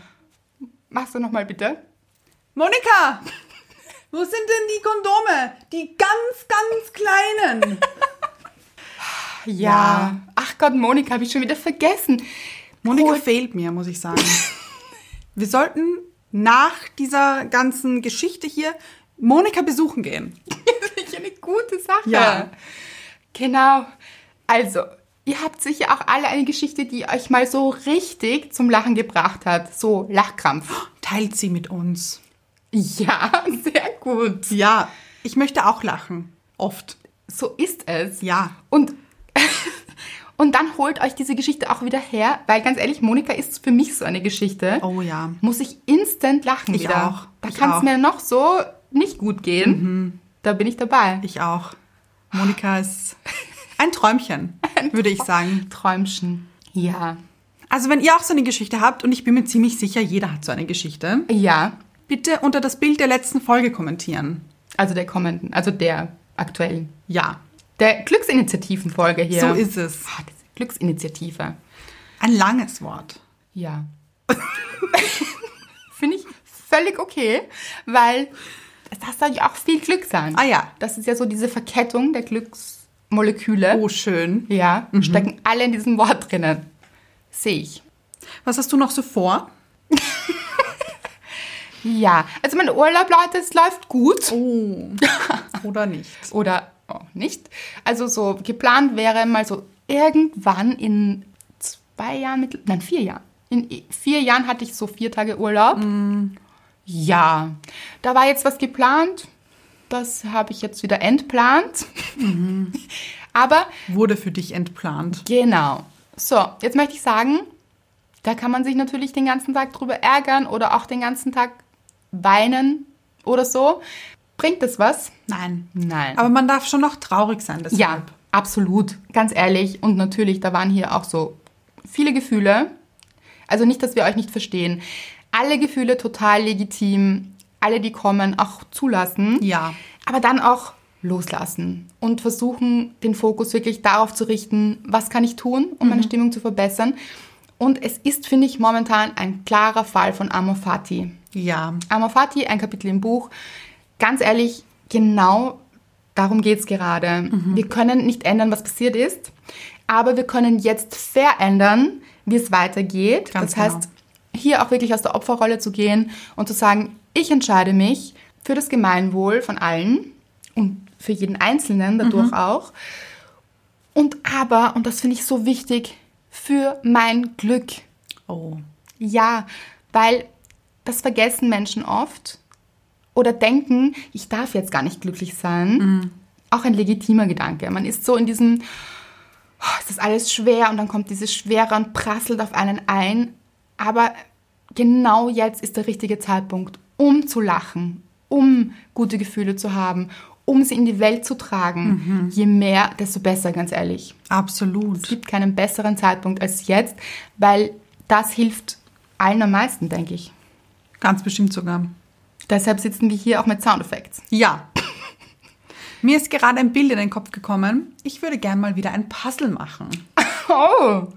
Speaker 2: Machst du nochmal bitte?
Speaker 1: Monika! Wo sind denn die Kondome? Die ganz, ganz kleinen. Ja.
Speaker 2: Ach Gott, Monika, habe ich schon wieder vergessen.
Speaker 1: Monika
Speaker 2: Cool.
Speaker 1: fehlt mir, muss ich sagen. Wir sollten nach dieser ganzen Geschichte hier Monika besuchen gehen.
Speaker 2: Wirklich eine gute Sache.
Speaker 1: Ja.
Speaker 2: Genau. Also, ihr habt sicher auch alle eine Geschichte, die euch mal so richtig zum Lachen gebracht hat. So, Lachkrampf.
Speaker 1: Teilt sie mit uns.
Speaker 2: Ja, sehr gut.
Speaker 1: Ja, ich möchte auch lachen. Oft.
Speaker 2: So ist es.
Speaker 1: Ja.
Speaker 2: Und, und dann holt euch diese Geschichte auch wieder her, weil ganz ehrlich, Monika ist für mich so eine Geschichte.
Speaker 1: Oh ja.
Speaker 2: Muss ich instant lachen
Speaker 1: Ich
Speaker 2: wieder.
Speaker 1: auch.
Speaker 2: Da
Speaker 1: Ich
Speaker 2: kann
Speaker 1: auch. Mhm.
Speaker 2: es mir noch so nicht gut gehen. Da bin ich dabei.
Speaker 1: Ich auch. Monika ist ein Träumchen, würde ich sagen.
Speaker 2: Träumchen. Ja.
Speaker 1: Also wenn ihr auch so eine Geschichte habt, und ich bin mir ziemlich sicher, jeder hat so eine Geschichte,
Speaker 2: Ja.
Speaker 1: bitte unter das Bild der letzten Folge kommentieren.
Speaker 2: Also der kommenden, also der aktuellen.
Speaker 1: Ja,
Speaker 2: Der Glücksinitiativenfolge hier.
Speaker 1: so ist es.
Speaker 2: Ah, diese Glücksinitiative.
Speaker 1: Ein langes Wort.
Speaker 2: Ja. Finde ich völlig okay, weil das soll ja auch viel Glück sein.
Speaker 1: Ah ja.
Speaker 2: Das ist ja so diese Verkettung der Glücksmoleküle.
Speaker 1: Oh, Mhm. schön.
Speaker 2: Ja, stecken alle in diesem Wort drinnen. Sehe ich.
Speaker 1: Was hast du noch so vor?
Speaker 2: Ja, also mein Urlaub, Leute, es läuft gut.
Speaker 1: Oh. Oder nicht.
Speaker 2: Oder auch nicht. Also so geplant wäre mal so irgendwann in zwei Jahren, mit, nein, vier Jahren. In i- vier Jahren hatte ich so vier Tage Urlaub. Ja, da war jetzt was geplant. Das habe ich jetzt wieder entplant. Aber
Speaker 1: Wurde für dich entplant.
Speaker 2: genau. So, jetzt möchte ich sagen, da kann man sich natürlich den ganzen Tag drüber ärgern oder auch den ganzen Tag weinen oder so. Bringt das was?
Speaker 1: Nein.
Speaker 2: Nein.
Speaker 1: Aber man darf schon noch traurig sein. Deshalb.
Speaker 2: Ja, absolut. Ganz ehrlich. Und natürlich, da waren hier auch so viele Gefühle. Also nicht, dass wir euch nicht verstehen. Alle Gefühle total legitim. Alle, die kommen, auch zulassen.
Speaker 1: Ja.
Speaker 2: Aber dann auch loslassen und versuchen, den Fokus wirklich darauf zu richten, was kann ich tun, um meine Stimmung zu verbessern. Und es ist, finde ich, momentan ein klarer Fall von Amor Fati.
Speaker 1: Ja.
Speaker 2: Amafati, ein Kapitel im Buch. Ganz ehrlich, genau darum geht es gerade. Wir können nicht ändern, was passiert ist, aber wir können jetzt verändern, wie es weitergeht.
Speaker 1: Ganz
Speaker 2: das heißt, hier auch wirklich aus der Opferrolle zu gehen und zu sagen, ich entscheide mich für das Gemeinwohl von allen und für jeden Einzelnen dadurch auch. Und aber, und das finde ich so wichtig, für mein Glück.
Speaker 1: Oh.
Speaker 2: Ja, weil das vergessen Menschen oft oder denken, ich darf jetzt gar nicht glücklich sein. Auch ein legitimer Gedanke. Man ist so in diesem, oh, es ist alles schwer und dann kommt dieses Schwere und prasselt auf einen ein. Aber genau jetzt ist der richtige Zeitpunkt, um zu lachen, um gute Gefühle zu haben, um sie in die Welt zu tragen. Je mehr, desto besser, ganz ehrlich. Es
Speaker 1: Absolut.
Speaker 2: gibt keinen besseren Zeitpunkt als jetzt, weil das hilft allen am meisten, denke ich.
Speaker 1: Ganz bestimmt sogar.
Speaker 2: Deshalb sitzen wir hier auch mit Soundeffekten.
Speaker 1: Ja. Mir ist gerade ein Bild in den Kopf gekommen. Ich würde gern mal wieder ein Puzzle machen.
Speaker 2: Oh,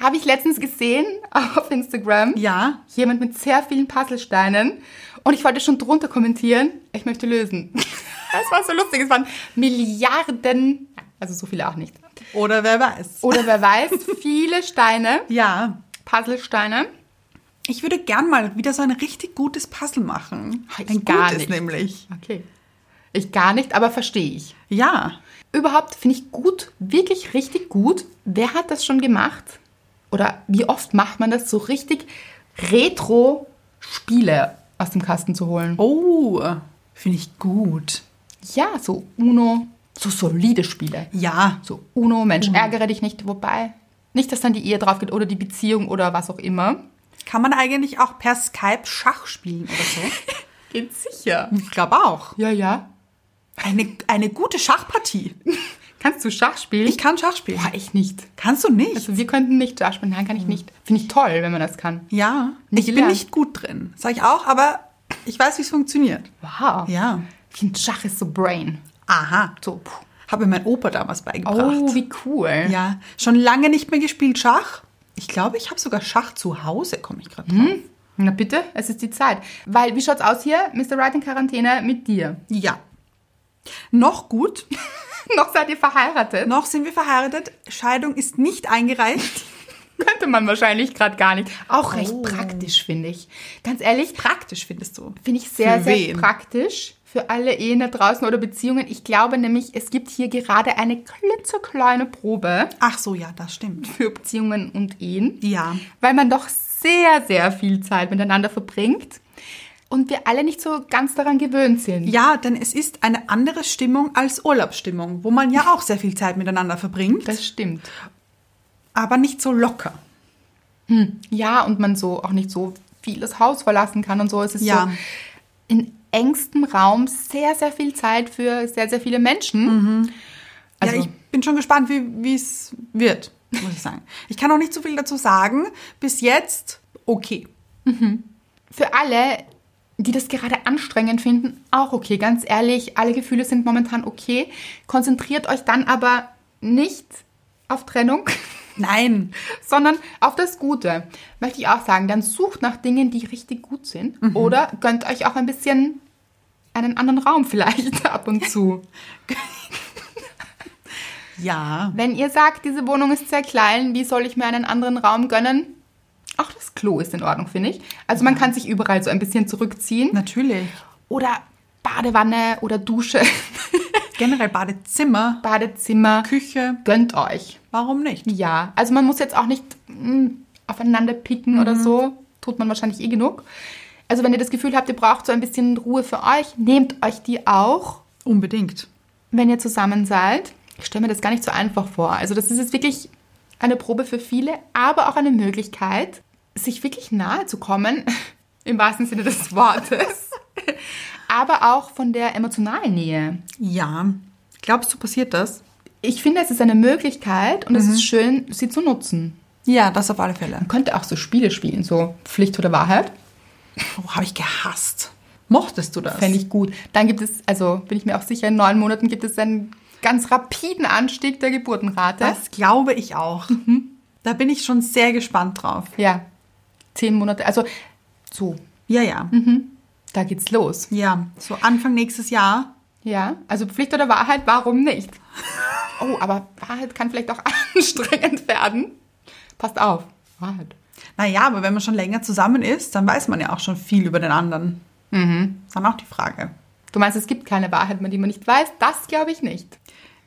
Speaker 2: habe ich letztens gesehen auf Instagram.
Speaker 1: Ja.
Speaker 2: Jemand mit sehr vielen Puzzlesteinen. Und ich wollte schon drunter kommentieren, ich möchte lösen. Das war so lustig. Es waren Milliarden, also so viele auch nicht.
Speaker 1: Oder wer weiß.
Speaker 2: Oder wer weiß, viele Steine,
Speaker 1: Ja.
Speaker 2: Puzzlesteine.
Speaker 1: Ich würde gern mal wieder so ein richtig gutes Puzzle machen.
Speaker 2: Ich
Speaker 1: ein
Speaker 2: gar
Speaker 1: gutes
Speaker 2: nicht.
Speaker 1: nämlich.
Speaker 2: Okay. Ich gar nicht, aber verstehe ich.
Speaker 1: Ja.
Speaker 2: Überhaupt finde ich gut, wirklich richtig gut. Wer hat das schon gemacht? Oder wie oft macht man das so richtig Retro-Spiele aus dem Kasten zu holen?
Speaker 1: Oh, finde ich gut.
Speaker 2: Ja, so Uno, so solide Spiele.
Speaker 1: Ja.
Speaker 2: So Uno, Mensch, ärgere dich nicht, wobei nicht, dass dann die Ehe drauf geht oder die Beziehung oder was auch immer.
Speaker 1: Kann man eigentlich auch per Skype Schach spielen oder so?
Speaker 2: Geht sicher.
Speaker 1: Ich glaube auch.
Speaker 2: Ja, ja.
Speaker 1: Eine, eine gute Schachpartie.
Speaker 2: Kannst du Schach spielen?
Speaker 1: Ich kann Schach spielen.
Speaker 2: Boah, ich nicht.
Speaker 1: Kannst du nicht?
Speaker 2: Also wir könnten nicht Schach spielen. Nein, kann ich nicht. Finde ich toll, wenn man das kann.
Speaker 1: ja.
Speaker 2: Nicht
Speaker 1: ich bin
Speaker 2: gelernt.
Speaker 1: nicht gut drin. Sag ich auch, aber ich weiß, wie es funktioniert.
Speaker 2: Wow.
Speaker 1: Ja.
Speaker 2: Ich finde, Schach ist so Brain.
Speaker 1: Aha.
Speaker 2: So, puh.
Speaker 1: Habe mir mein Opa damals beigebracht.
Speaker 2: Oh, wie cool.
Speaker 1: Ja, schon lange nicht mehr gespielt Schach. Ich glaube, ich habe sogar Schach zu Hause, komme ich gerade drauf.
Speaker 2: Na bitte, es ist die Zeit. Weil, wie schaut's aus hier, Mr. Wright in Quarantäne mit dir?
Speaker 1: Ja. Noch gut,
Speaker 2: Noch seid ihr verheiratet?
Speaker 1: noch sind wir verheiratet. Scheidung ist nicht eingereicht.
Speaker 2: Könnte man wahrscheinlich gerade gar nicht. Auch recht praktisch, finde ich. Ganz ehrlich,
Speaker 1: Oh. Praktisch findest du.
Speaker 2: finde ich sehr,
Speaker 1: Für
Speaker 2: sehr
Speaker 1: wen?
Speaker 2: praktisch für alle Ehen da draußen oder Beziehungen. Ich glaube nämlich, es gibt hier gerade eine klitzekleine Probe
Speaker 1: Ach so, ja, das stimmt.
Speaker 2: für Beziehungen und Ehen.
Speaker 1: Ja.
Speaker 2: Weil man doch sehr, sehr viel Zeit miteinander verbringt und wir alle nicht so ganz daran gewöhnt sind.
Speaker 1: Ja, denn es ist eine andere Stimmung als Urlaubsstimmung, wo man ja auch sehr viel Zeit miteinander verbringt,
Speaker 2: Das stimmt.
Speaker 1: aber nicht so locker.
Speaker 2: Ja, und man so auch nicht so viel das Haus verlassen kann und so. Es ist
Speaker 1: Ja.
Speaker 2: so in engstem Raum sehr, sehr viel Zeit für sehr, sehr viele Menschen. Also,
Speaker 1: ja, ich bin schon gespannt, wie wie es wird, muss ich sagen. Ich kann auch nicht so viel dazu sagen. Bis jetzt okay.
Speaker 2: für alle, die das gerade anstrengend finden, auch okay. Ganz ehrlich, alle Gefühle sind momentan okay. Konzentriert euch dann aber nicht auf Trennung,
Speaker 1: Nein,
Speaker 2: sondern auf das Gute. Möchte ich auch sagen, dann sucht nach Dingen, die richtig gut sind. Oder gönnt euch auch ein bisschen einen anderen Raum vielleicht ab und zu.
Speaker 1: ja.
Speaker 2: Wenn ihr sagt, diese Wohnung ist sehr klein, wie soll ich mir einen anderen Raum gönnen? Auch das Klo ist in Ordnung, finde ich. Also man kann sich überall so ein bisschen zurückziehen.
Speaker 1: Natürlich.
Speaker 2: Oder Badewanne oder Dusche,
Speaker 1: Generell Badezimmer,
Speaker 2: Badezimmer.
Speaker 1: Küche,
Speaker 2: Gönnt euch.
Speaker 1: warum nicht?
Speaker 2: Ja, also man muss jetzt auch nicht mh, aufeinander picken oder so. Tut man wahrscheinlich eh genug. Also wenn ihr das Gefühl habt, ihr braucht so ein bisschen Ruhe für euch, nehmt euch die auch.
Speaker 1: Unbedingt.
Speaker 2: wenn ihr zusammen seid. Ich stelle mir das gar nicht so einfach vor. Also das ist jetzt wirklich eine Probe für viele, aber auch eine Möglichkeit, sich wirklich nahe zu kommen, im wahrsten Sinne des Wortes, aber auch von der emotionalen Nähe.
Speaker 1: Ja. Glaubst du, passiert das?
Speaker 2: Ich finde, es ist eine Möglichkeit und es ist schön, sie zu nutzen.
Speaker 1: Ja, das auf alle Fälle.
Speaker 2: Man könnte auch so Spiele spielen, so Pflicht oder Wahrheit.
Speaker 1: Oh, habe ich gehasst. Mochtest du das?
Speaker 2: Fände ich gut. Dann gibt es, also bin ich mir auch sicher, in neun Monaten gibt es einen ganz rapiden Anstieg der Geburtenrate.
Speaker 1: das glaube ich auch. Mhm. Da bin ich schon sehr gespannt drauf.
Speaker 2: Ja, zehn Monate. Also so,
Speaker 1: Ja, ja.
Speaker 2: da geht's los.
Speaker 1: Ja, so Anfang nächstes Jahr.
Speaker 2: Ja, also Pflicht oder Wahrheit, warum nicht? Oh, aber Wahrheit kann vielleicht auch anstrengend werden. Passt auf, Wahrheit.
Speaker 1: Naja, aber wenn man schon länger zusammen ist, dann weiß man ja auch schon viel über den anderen. Dann auch die Frage.
Speaker 2: Du meinst, es gibt keine Wahrheit, die man nicht weiß? Das glaube ich nicht.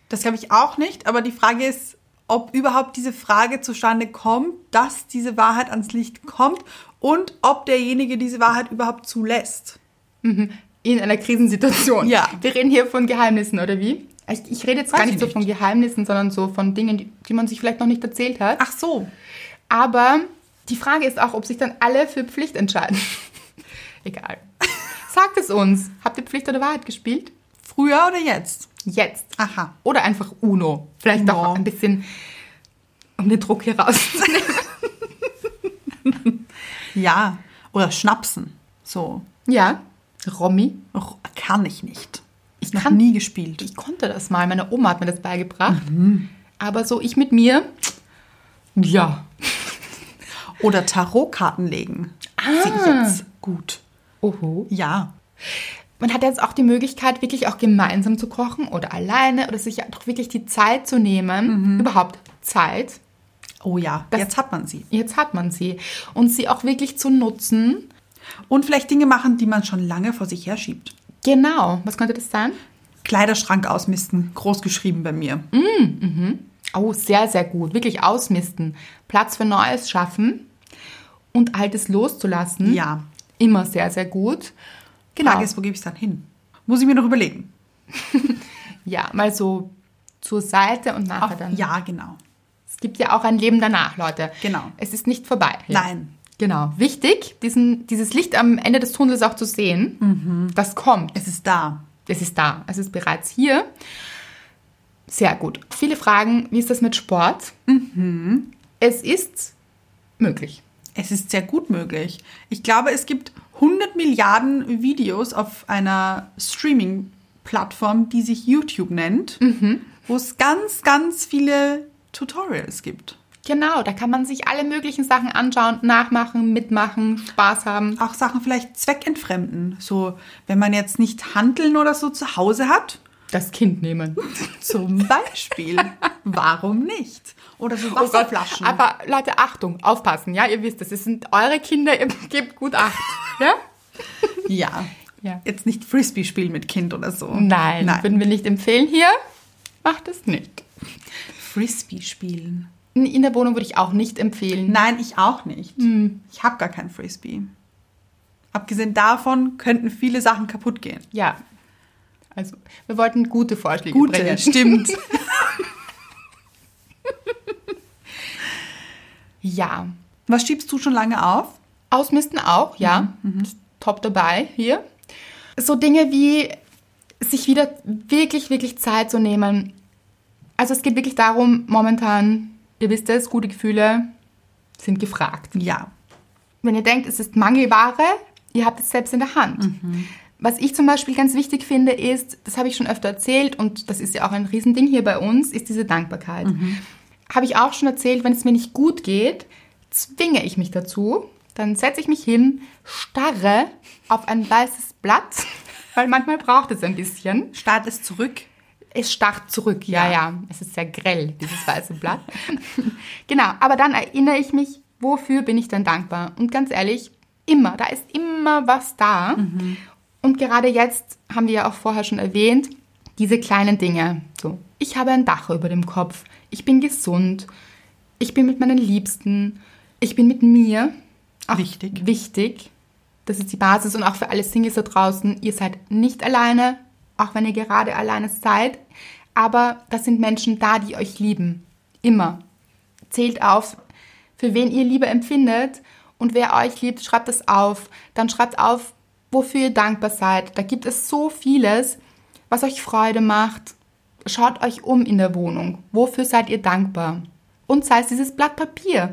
Speaker 1: Das glaube ich auch nicht, aber die Frage ist, ob überhaupt diese Frage zustande kommt, dass diese Wahrheit ans Licht kommt und ob derjenige diese Wahrheit überhaupt zulässt.
Speaker 2: In einer Krisensituation.
Speaker 1: Ja.
Speaker 2: Wir reden hier von Geheimnissen, oder wie? Ich, ich rede jetzt
Speaker 1: Weiß
Speaker 2: gar
Speaker 1: ich
Speaker 2: nicht so
Speaker 1: nicht.
Speaker 2: von Geheimnissen, sondern so von Dingen, die, die man sich vielleicht noch nicht erzählt hat.
Speaker 1: Ach so.
Speaker 2: Aber die Frage ist auch, ob sich dann alle für Pflicht entscheiden. Egal. Sagt es uns. Habt ihr Pflicht oder Wahrheit gespielt?
Speaker 1: Früher oder jetzt?
Speaker 2: Jetzt.
Speaker 1: Aha.
Speaker 2: Oder einfach Uno. Vielleicht
Speaker 1: Uno.
Speaker 2: auch ein bisschen, um den Druck hier rauszunehmen.
Speaker 1: Ja. Oder Schnapsen. So.
Speaker 2: Ja. Romy.
Speaker 1: Och, kann ich nicht.
Speaker 2: Ich
Speaker 1: Noch
Speaker 2: kann-
Speaker 1: nie gespielt.
Speaker 2: Ich konnte das mal. Meine Oma hat mir das beigebracht. Aber so ich mit mir. Ja.
Speaker 1: Oder Tarotkarten legen. Ah. Sind jetzt gut.
Speaker 2: Oho.
Speaker 1: Ja.
Speaker 2: Man hat jetzt auch die Möglichkeit, wirklich auch gemeinsam zu kochen oder alleine oder sich auch wirklich die Zeit zu nehmen. Überhaupt Zeit.
Speaker 1: Oh ja,
Speaker 2: Das-
Speaker 1: jetzt hat man sie.
Speaker 2: Jetzt hat man sie. Und sie auch wirklich zu nutzen.
Speaker 1: Und vielleicht Dinge machen, die man schon lange vor sich her schiebt.
Speaker 2: Genau. Was könnte das sein?
Speaker 1: Kleiderschrank ausmisten, groß geschrieben bei mir.
Speaker 2: Mhm. Oh, sehr, sehr gut. Wirklich ausmisten. Platz für Neues schaffen und Altes loszulassen.
Speaker 1: Ja. Genau.
Speaker 2: Immer sehr, sehr gut.
Speaker 1: Die Frage
Speaker 2: Wow.
Speaker 1: ist, wo gebe ich es dann hin? Muss ich mir noch überlegen.
Speaker 2: Ja, mal so zur Seite und nachher dann.
Speaker 1: ja, genau.
Speaker 2: Es gibt ja auch ein Leben danach, Leute.
Speaker 1: Genau.
Speaker 2: Es ist nicht vorbei.
Speaker 1: Nein.
Speaker 2: Genau. Wichtig, diesen, dieses Licht am Ende des Tunnels auch zu sehen.
Speaker 1: Mhm.
Speaker 2: Das kommt.
Speaker 1: Es ist da.
Speaker 2: Es ist da. Es ist bereits hier. Sehr gut. Viele fragen, wie ist das mit Sport?
Speaker 1: Mhm.
Speaker 2: Es ist möglich.
Speaker 1: Es ist sehr gut möglich. Ich glaube, es gibt 100 Milliarden Videos auf einer Streaming-Plattform, die sich YouTube nennt,
Speaker 2: Mhm.
Speaker 1: wo es ganz, ganz viele Tutorials gibt.
Speaker 2: Genau, da kann man sich alle möglichen Sachen anschauen, nachmachen, mitmachen, Spaß haben.
Speaker 1: Auch Sachen vielleicht zweckentfremden. So, wenn man jetzt nicht Handeln oder so zu Hause hat,
Speaker 2: Das Kind nehmen.
Speaker 1: zum Beispiel. Warum nicht? Oder so
Speaker 2: Oh Gott,
Speaker 1: Wasserflaschen.
Speaker 2: aber Leute, Achtung, aufpassen, ja, ihr wisst das, es sind eure Kinder, ihr gebt gut Acht, ja?
Speaker 1: ja.
Speaker 2: Ja.
Speaker 1: Jetzt nicht Frisbee spielen mit Kind oder so.
Speaker 2: Nein,
Speaker 1: Nein.
Speaker 2: würden wir nicht empfehlen hier, macht es nicht.
Speaker 1: Frisbee spielen.
Speaker 2: In- In der Wohnung würde ich auch nicht empfehlen.
Speaker 1: Nein, ich auch nicht. Ich habe gar keinen Frisbee. Abgesehen davon könnten viele Sachen kaputt gehen.
Speaker 2: Ja, also wir wollten gute Vorschläge bringen.
Speaker 1: stimmt.
Speaker 2: Ja,
Speaker 1: Was schiebst du schon lange auf?
Speaker 2: ausmisten auch, ja, top dabei hier. So Dinge wie sich wieder wirklich, wirklich Zeit zu nehmen. Also es geht wirklich darum, momentan, ihr wisst es, gute Gefühle sind gefragt.
Speaker 1: Ja.
Speaker 2: Wenn ihr denkt, es ist Mangelware, ihr habt es selbst in der Hand. Was ich zum Beispiel ganz wichtig finde, ist, das habe ich schon öfter erzählt und das ist ja auch ein Riesending hier bei uns, ist diese Dankbarkeit. Habe ich auch schon erzählt, wenn es mir nicht gut geht, zwinge ich mich dazu, dann setze ich mich hin, starre auf ein weißes Blatt, weil manchmal braucht es ein bisschen.
Speaker 1: Start ist zurück.
Speaker 2: Es starrt zurück, ja, ja, Es ist sehr grell, dieses weiße Blatt. genau, aber dann erinnere ich mich, wofür bin ich denn dankbar? Und ganz ehrlich, immer, da ist immer was da. Und gerade jetzt haben wir ja auch vorher schon erwähnt, diese kleinen Dinge. So, ich habe ein Dach über dem Kopf, ich bin gesund, ich bin mit meinen Liebsten, ich bin mit mir. Auch
Speaker 1: Wichtig.
Speaker 2: Wichtig. Das ist die Basis und auch für alle Singles da draußen. Ihr seid nicht alleine, auch wenn ihr gerade alleine seid. Aber das sind Menschen da, die euch lieben. Immer. Zählt auf, für wen ihr Liebe empfindet und wer euch liebt, schreibt es auf. Dann schreibt auf, wofür ihr dankbar seid. Da gibt es so vieles, was euch Freude macht. Schaut euch um in der Wohnung. Wofür seid ihr dankbar? Und sei es dieses Blatt Papier.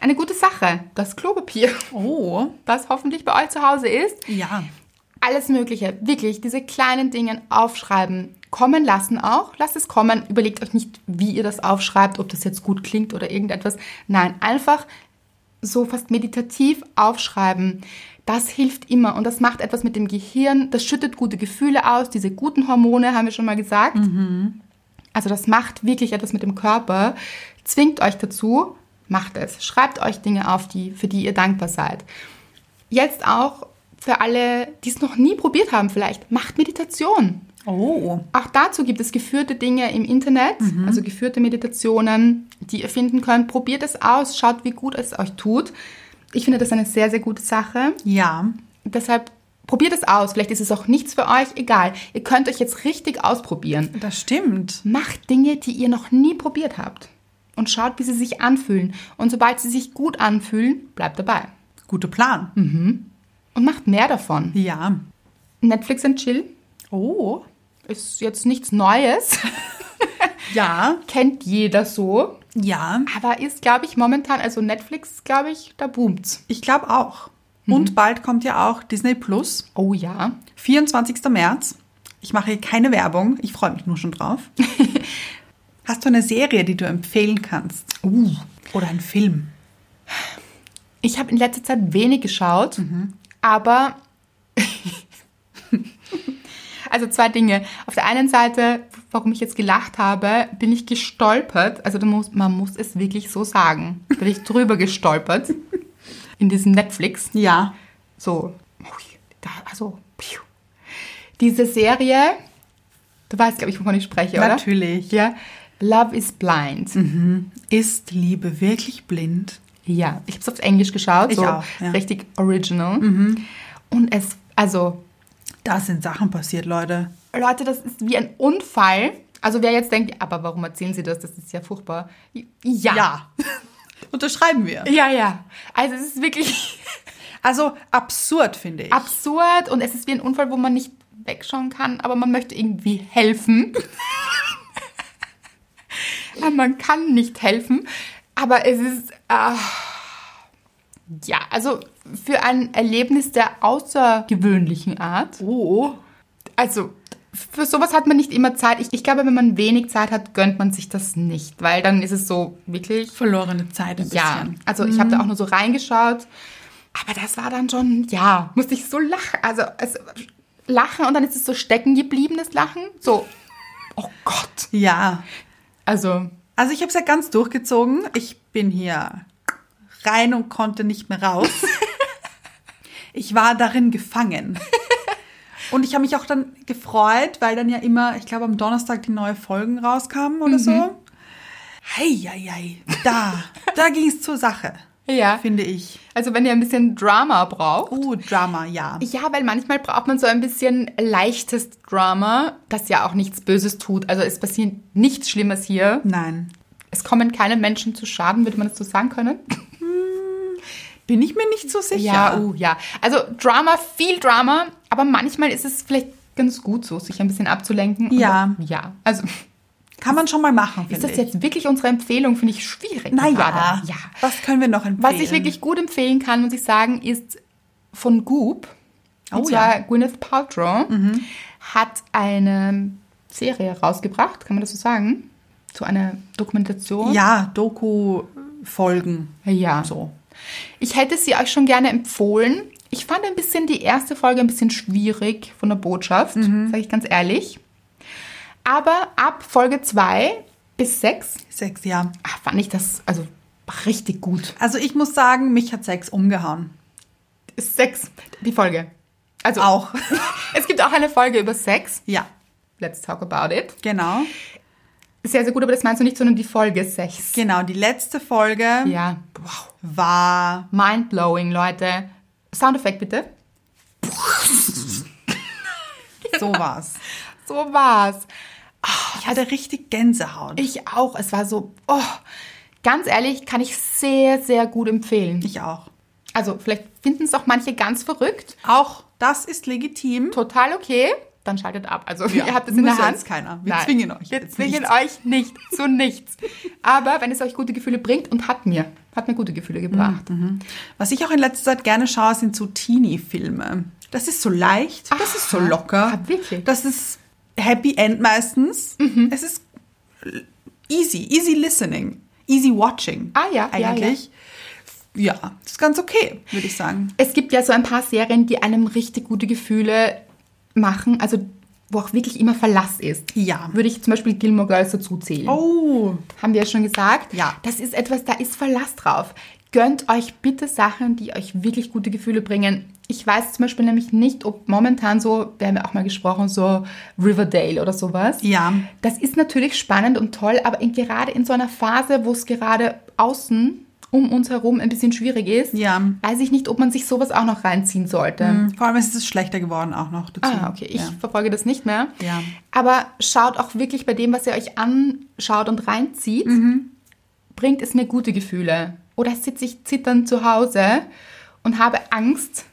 Speaker 2: Eine gute Sache. Das Klopapier
Speaker 1: Oh.
Speaker 2: was hoffentlich bei euch zu Hause ist.
Speaker 1: Ja.
Speaker 2: Alles Mögliche, wirklich, diese kleinen Dinge aufschreiben, kommen lassen auch. Lasst es kommen, überlegt euch nicht, wie ihr das aufschreibt, ob das jetzt gut klingt oder irgendetwas. Nein, einfach so fast meditativ aufschreiben. Das hilft immer und das macht etwas mit dem Gehirn. Das schüttet gute Gefühle aus, diese guten Hormone, haben wir schon mal gesagt. Also das macht wirklich etwas mit dem Körper. Zwingt euch dazu, macht es. Schreibt euch Dinge auf, die, für die ihr dankbar seid. Jetzt auch für alle, die es noch nie probiert haben vielleicht, macht Meditation.
Speaker 1: Oh.
Speaker 2: Auch dazu gibt es geführte Dinge im Internet, also geführte Meditationen, die ihr finden könnt. Probiert es aus, schaut, wie gut es euch tut. Ich finde das eine sehr, sehr gute Sache.
Speaker 1: Ja.
Speaker 2: Deshalb probiert es aus. Vielleicht ist es auch nichts für euch, egal. Ihr könnt euch jetzt richtig ausprobieren.
Speaker 1: Das stimmt.
Speaker 2: Macht Dinge, die ihr noch nie probiert habt. Und schaut, wie sie sich anfühlen. Und sobald sie sich gut anfühlen, bleibt dabei.
Speaker 1: Guter Plan.
Speaker 2: Und macht mehr davon.
Speaker 1: Ja.
Speaker 2: Netflix and Chill
Speaker 1: Oh.
Speaker 2: ist jetzt nichts Neues.
Speaker 1: Ja.
Speaker 2: Kennt jeder so.
Speaker 1: Ja.
Speaker 2: Aber ist, glaube ich, momentan, also Netflix, glaube ich, da boomt's.
Speaker 1: Ich glaube auch. Und bald kommt ja auch Disney Plus.
Speaker 2: Oh ja.
Speaker 1: 24. März. Ich mache hier keine Werbung. Ich freue mich nur schon drauf. Hast du eine Serie, die du empfehlen kannst?
Speaker 2: Uh.
Speaker 1: Oder einen Film?
Speaker 2: Ich habe in letzter Zeit wenig geschaut, aber also zwei Dinge. Auf der einen Seite, warum ich jetzt gelacht habe, bin ich gestolpert. Also da muss, man muss es wirklich so sagen. Bin ich drüber gestolpert in diesem Netflix.
Speaker 1: Ja.
Speaker 2: So, ui, da, also piu. diese Serie, du weißt, glaube ich, wovon ich spreche,
Speaker 1: Natürlich. Mhm.
Speaker 2: oder? Natürlich. Ja, Love is Blind.
Speaker 1: Ist Liebe wirklich blind?
Speaker 2: Ja, ich habe es auf Englisch geschaut,
Speaker 1: Ich
Speaker 2: so
Speaker 1: auch, ja. Mhm.
Speaker 2: richtig original. Und es, also
Speaker 1: Da sind Sachen passiert, Leute.
Speaker 2: Leute, das ist wie ein Unfall. Also wer jetzt denkt, aber warum erzählen Sie das? Das ist ja furchtbar. Ja, ja,
Speaker 1: Unterschreiben wir.
Speaker 2: ja. ja. Also es ist wirklich
Speaker 1: Also absurd, finde ich.
Speaker 2: absurd und es ist wie ein Unfall, wo man nicht wegschauen kann, aber man möchte irgendwie helfen. aber man kann nicht helfen, aber es ist ah, ja, also für ein Erlebnis der außergewöhnlichen Art.
Speaker 1: oh.
Speaker 2: Also für sowas hat man nicht immer Zeit. Ich, ich glaube, wenn man wenig Zeit hat, gönnt man sich das nicht, weil dann ist es so wirklich
Speaker 1: Verlorene Zeit ein
Speaker 2: ja,
Speaker 1: bisschen.
Speaker 2: also ich habe da auch nur so reingeschaut. Aber das war dann schon, ja, musste ich so lachen. Also es, lachen und dann ist es so stecken geblieben, das Lachen. So, oh Gott.
Speaker 1: Ja.
Speaker 2: Also,
Speaker 1: Also ich habe es ja ganz durchgezogen. Ich bin hier rein und konnte nicht mehr raus. ich war darin gefangen. Und ich habe mich auch dann gefreut, weil dann ja immer, ich glaube am Donnerstag die neuen Folgen rauskamen oder
Speaker 2: Mhm.
Speaker 1: so. Hei, hei, hei. Da, da ging es zur Sache,
Speaker 2: ja.
Speaker 1: finde ich.
Speaker 2: Also wenn ihr ein bisschen Drama braucht.
Speaker 1: Oh, Drama, ja.
Speaker 2: Ja, weil manchmal braucht man so ein bisschen leichtes Drama, das ja auch nichts Böses tut. Also es passiert nichts Schlimmes hier.
Speaker 1: Nein.
Speaker 2: Es kommen keine Menschen zu Schaden, würde man das so sagen können?
Speaker 1: Bin ich mir nicht so sicher.
Speaker 2: Ja, uh, ja. Also Drama, viel Drama, aber manchmal ist es vielleicht ganz gut so, sich ein bisschen abzulenken. Und
Speaker 1: Ja.
Speaker 2: dann- Ja. Also
Speaker 1: Kann man schon mal machen,
Speaker 2: ist
Speaker 1: finde
Speaker 2: das
Speaker 1: ich.
Speaker 2: jetzt wirklich unsere Empfehlung? Finde ich schwierig.
Speaker 1: Naja,
Speaker 2: gerade. Ja.
Speaker 1: was können wir noch empfehlen?
Speaker 2: Was ich wirklich gut empfehlen kann, muss ich sagen, ist von Goop. Und
Speaker 1: Oh Mhm.
Speaker 2: zwar Gwyneth Paltrow hat eine Serie rausgebracht, kann man das so sagen? So eine Dokumentation.
Speaker 1: Ja, Doku-Folgen.
Speaker 2: Ja.
Speaker 1: So.
Speaker 2: Ich hätte sie euch schon gerne empfohlen. Ich fand ein bisschen die erste Folge ein bisschen schwierig von der Botschaft, sage ich ganz ehrlich. Aber ab Folge 2 bis 6
Speaker 1: Sechs, ja.
Speaker 2: fand ich das also richtig gut.
Speaker 1: Also ich muss sagen, mich hat Sex umgehauen.
Speaker 2: Sex, die Folge. Also
Speaker 1: Auch.
Speaker 2: Es gibt auch eine Folge über Sex.
Speaker 1: Ja,
Speaker 2: Let's talk about it.
Speaker 1: genau.
Speaker 2: Sehr, sehr gut, aber das meinst du nicht, sondern die Folge 6.
Speaker 1: Genau, die letzte Folge
Speaker 2: Ja. Wow.
Speaker 1: war...
Speaker 2: Mindblowing, Leute. Soundeffekt bitte.
Speaker 1: So war's.
Speaker 2: So war's.
Speaker 1: Ich hatte richtig Gänsehaut.
Speaker 2: Ich auch. Es war so, oh, ganz ehrlich, kann ich sehr, sehr gut empfehlen.
Speaker 1: Ich auch.
Speaker 2: Also vielleicht finden es auch manche ganz verrückt.
Speaker 1: Auch das ist legitim.
Speaker 2: Total okay. Dann schaltet ab. Also ihr habt es in
Speaker 1: muss
Speaker 2: der
Speaker 1: ja
Speaker 2: Hand.
Speaker 1: jetzt keiner. Wir zwingen euch
Speaker 2: Wir
Speaker 1: jetzt
Speaker 2: zwingen
Speaker 1: nichts.
Speaker 2: euch nicht zu nichts. Aber wenn es euch gute Gefühle bringt und hat mir, hat mir gute Gefühle gebracht.
Speaker 1: Mhm, Was ich auch in letzter Zeit gerne schaue, sind so Teenie-Filme. Das ist so leicht, das ist so locker.
Speaker 2: Ah, wirklich? Mhm.
Speaker 1: Das ist Happy End meistens. Es ist easy, easy listening, easy watching.
Speaker 2: Ah, ja, ja,
Speaker 1: eigentlich. Ja, ist ganz okay, würde ich sagen.
Speaker 2: Es gibt ja so ein paar Serien, die einem richtig gute Gefühle machen. Also wo auch wirklich immer Verlass ist.
Speaker 1: Ja.
Speaker 2: Würde ich zum Beispiel Gilmore Girls dazu zählen.
Speaker 1: Oh,
Speaker 2: haben wir ja schon gesagt.
Speaker 1: Ja.
Speaker 2: Das ist etwas, da ist Verlass drauf. Gönnt euch bitte Sachen, die euch wirklich gute Gefühle bringen. Ich weiß zum Beispiel nämlich nicht, ob momentan so, wir haben ja auch mal gesprochen, so Riverdale oder sowas.
Speaker 1: Ja.
Speaker 2: Das ist natürlich spannend und toll, aber in, gerade in so einer Phase, wo es gerade außen um uns herum ein bisschen schwierig ist,
Speaker 1: Ja.
Speaker 2: weiß ich nicht, ob man sich sowas auch noch reinziehen sollte.
Speaker 1: vor allem ist es schlechter geworden auch noch dazu.
Speaker 2: Ah, okay. Ich
Speaker 1: Ja.
Speaker 2: verfolge das nicht mehr.
Speaker 1: Ja.
Speaker 2: Aber schaut auch wirklich bei dem, was ihr euch anschaut und reinzieht,
Speaker 1: Mhm.
Speaker 2: bringt es mir gute Gefühle. Oder sitze ich zitternd zu Hause und habe Angst,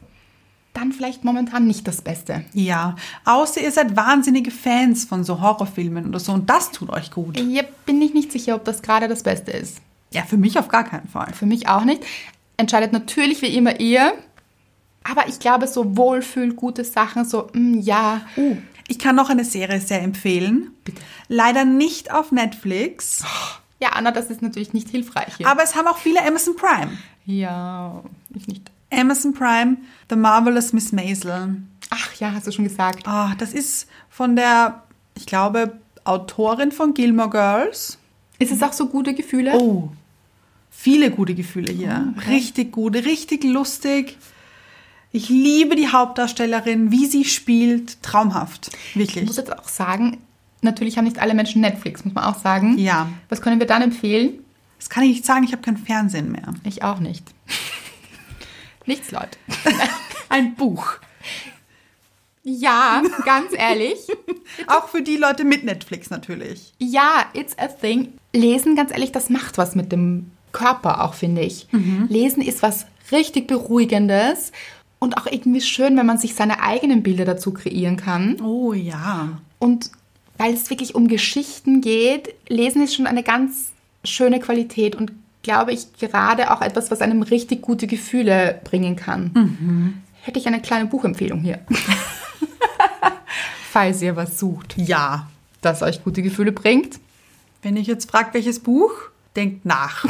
Speaker 2: dann vielleicht momentan nicht das Beste.
Speaker 1: ja, außer ihr seid wahnsinnige Fans von so Horrorfilmen oder so und das tut euch gut.
Speaker 2: Hier bin ich nicht sicher, ob das gerade das Beste ist.
Speaker 1: Ja, für mich auf gar keinen Fall.
Speaker 2: Für mich auch nicht. Entscheidet natürlich wie immer ihr. Aber ich glaube, so Wohlfühl, gute Sachen, so, mm, ja.
Speaker 1: Oh, Ich kann noch eine Serie sehr empfehlen.
Speaker 2: Bitte.
Speaker 1: Leider nicht auf Netflix,
Speaker 2: Ja, Anna, das ist natürlich nicht hilfreich hier.
Speaker 1: aber es haben auch viele Amazon Prime.
Speaker 2: ja, ich nicht.
Speaker 1: Amazon Prime, The Marvelous Miss Maisel.
Speaker 2: Ach ja, hast du schon gesagt.
Speaker 1: Ah, das ist von der, ich glaube, Autorin von Gilmore Girls.
Speaker 2: Ist es auch so gute Gefühle?
Speaker 1: Oh, viele gute Gefühle hier. Richtig gute, richtig lustig. Ich liebe die Hauptdarstellerin, wie sie spielt. Traumhaft.
Speaker 2: Ich
Speaker 1: Wirklich.
Speaker 2: muss jetzt auch sagen, natürlich haben nicht alle Menschen Netflix, muss man auch sagen.
Speaker 1: Ja.
Speaker 2: Was können wir dann empfehlen?
Speaker 1: Das kann ich nicht sagen, ich habe kein Fernsehen mehr.
Speaker 2: Ich auch nicht. Nichts, Leute.
Speaker 1: Ein Buch.
Speaker 2: Ja, ganz ehrlich.
Speaker 1: Auch für die Leute mit Netflix natürlich.
Speaker 2: Ja, it's a thing. Lesen, ganz ehrlich, das macht was mit dem Körper auch, finde ich.
Speaker 1: Mhm.
Speaker 2: Lesen ist was richtig Beruhigendes und auch irgendwie schön, wenn man sich seine eigenen Bilder dazu kreieren kann.
Speaker 1: Oh ja.
Speaker 2: Und weil es wirklich um Geschichten geht, Lesen ist schon eine ganz schöne Qualität und glaube ich gerade auch etwas, was einem richtig gute Gefühle bringen kann. Mhm. Hätte ich eine kleine Buchempfehlung hier. Falls ihr was sucht,
Speaker 1: Ja.
Speaker 2: das euch gute Gefühle bringt.
Speaker 1: Wenn ich jetzt frage, welches Buch, denkt nach.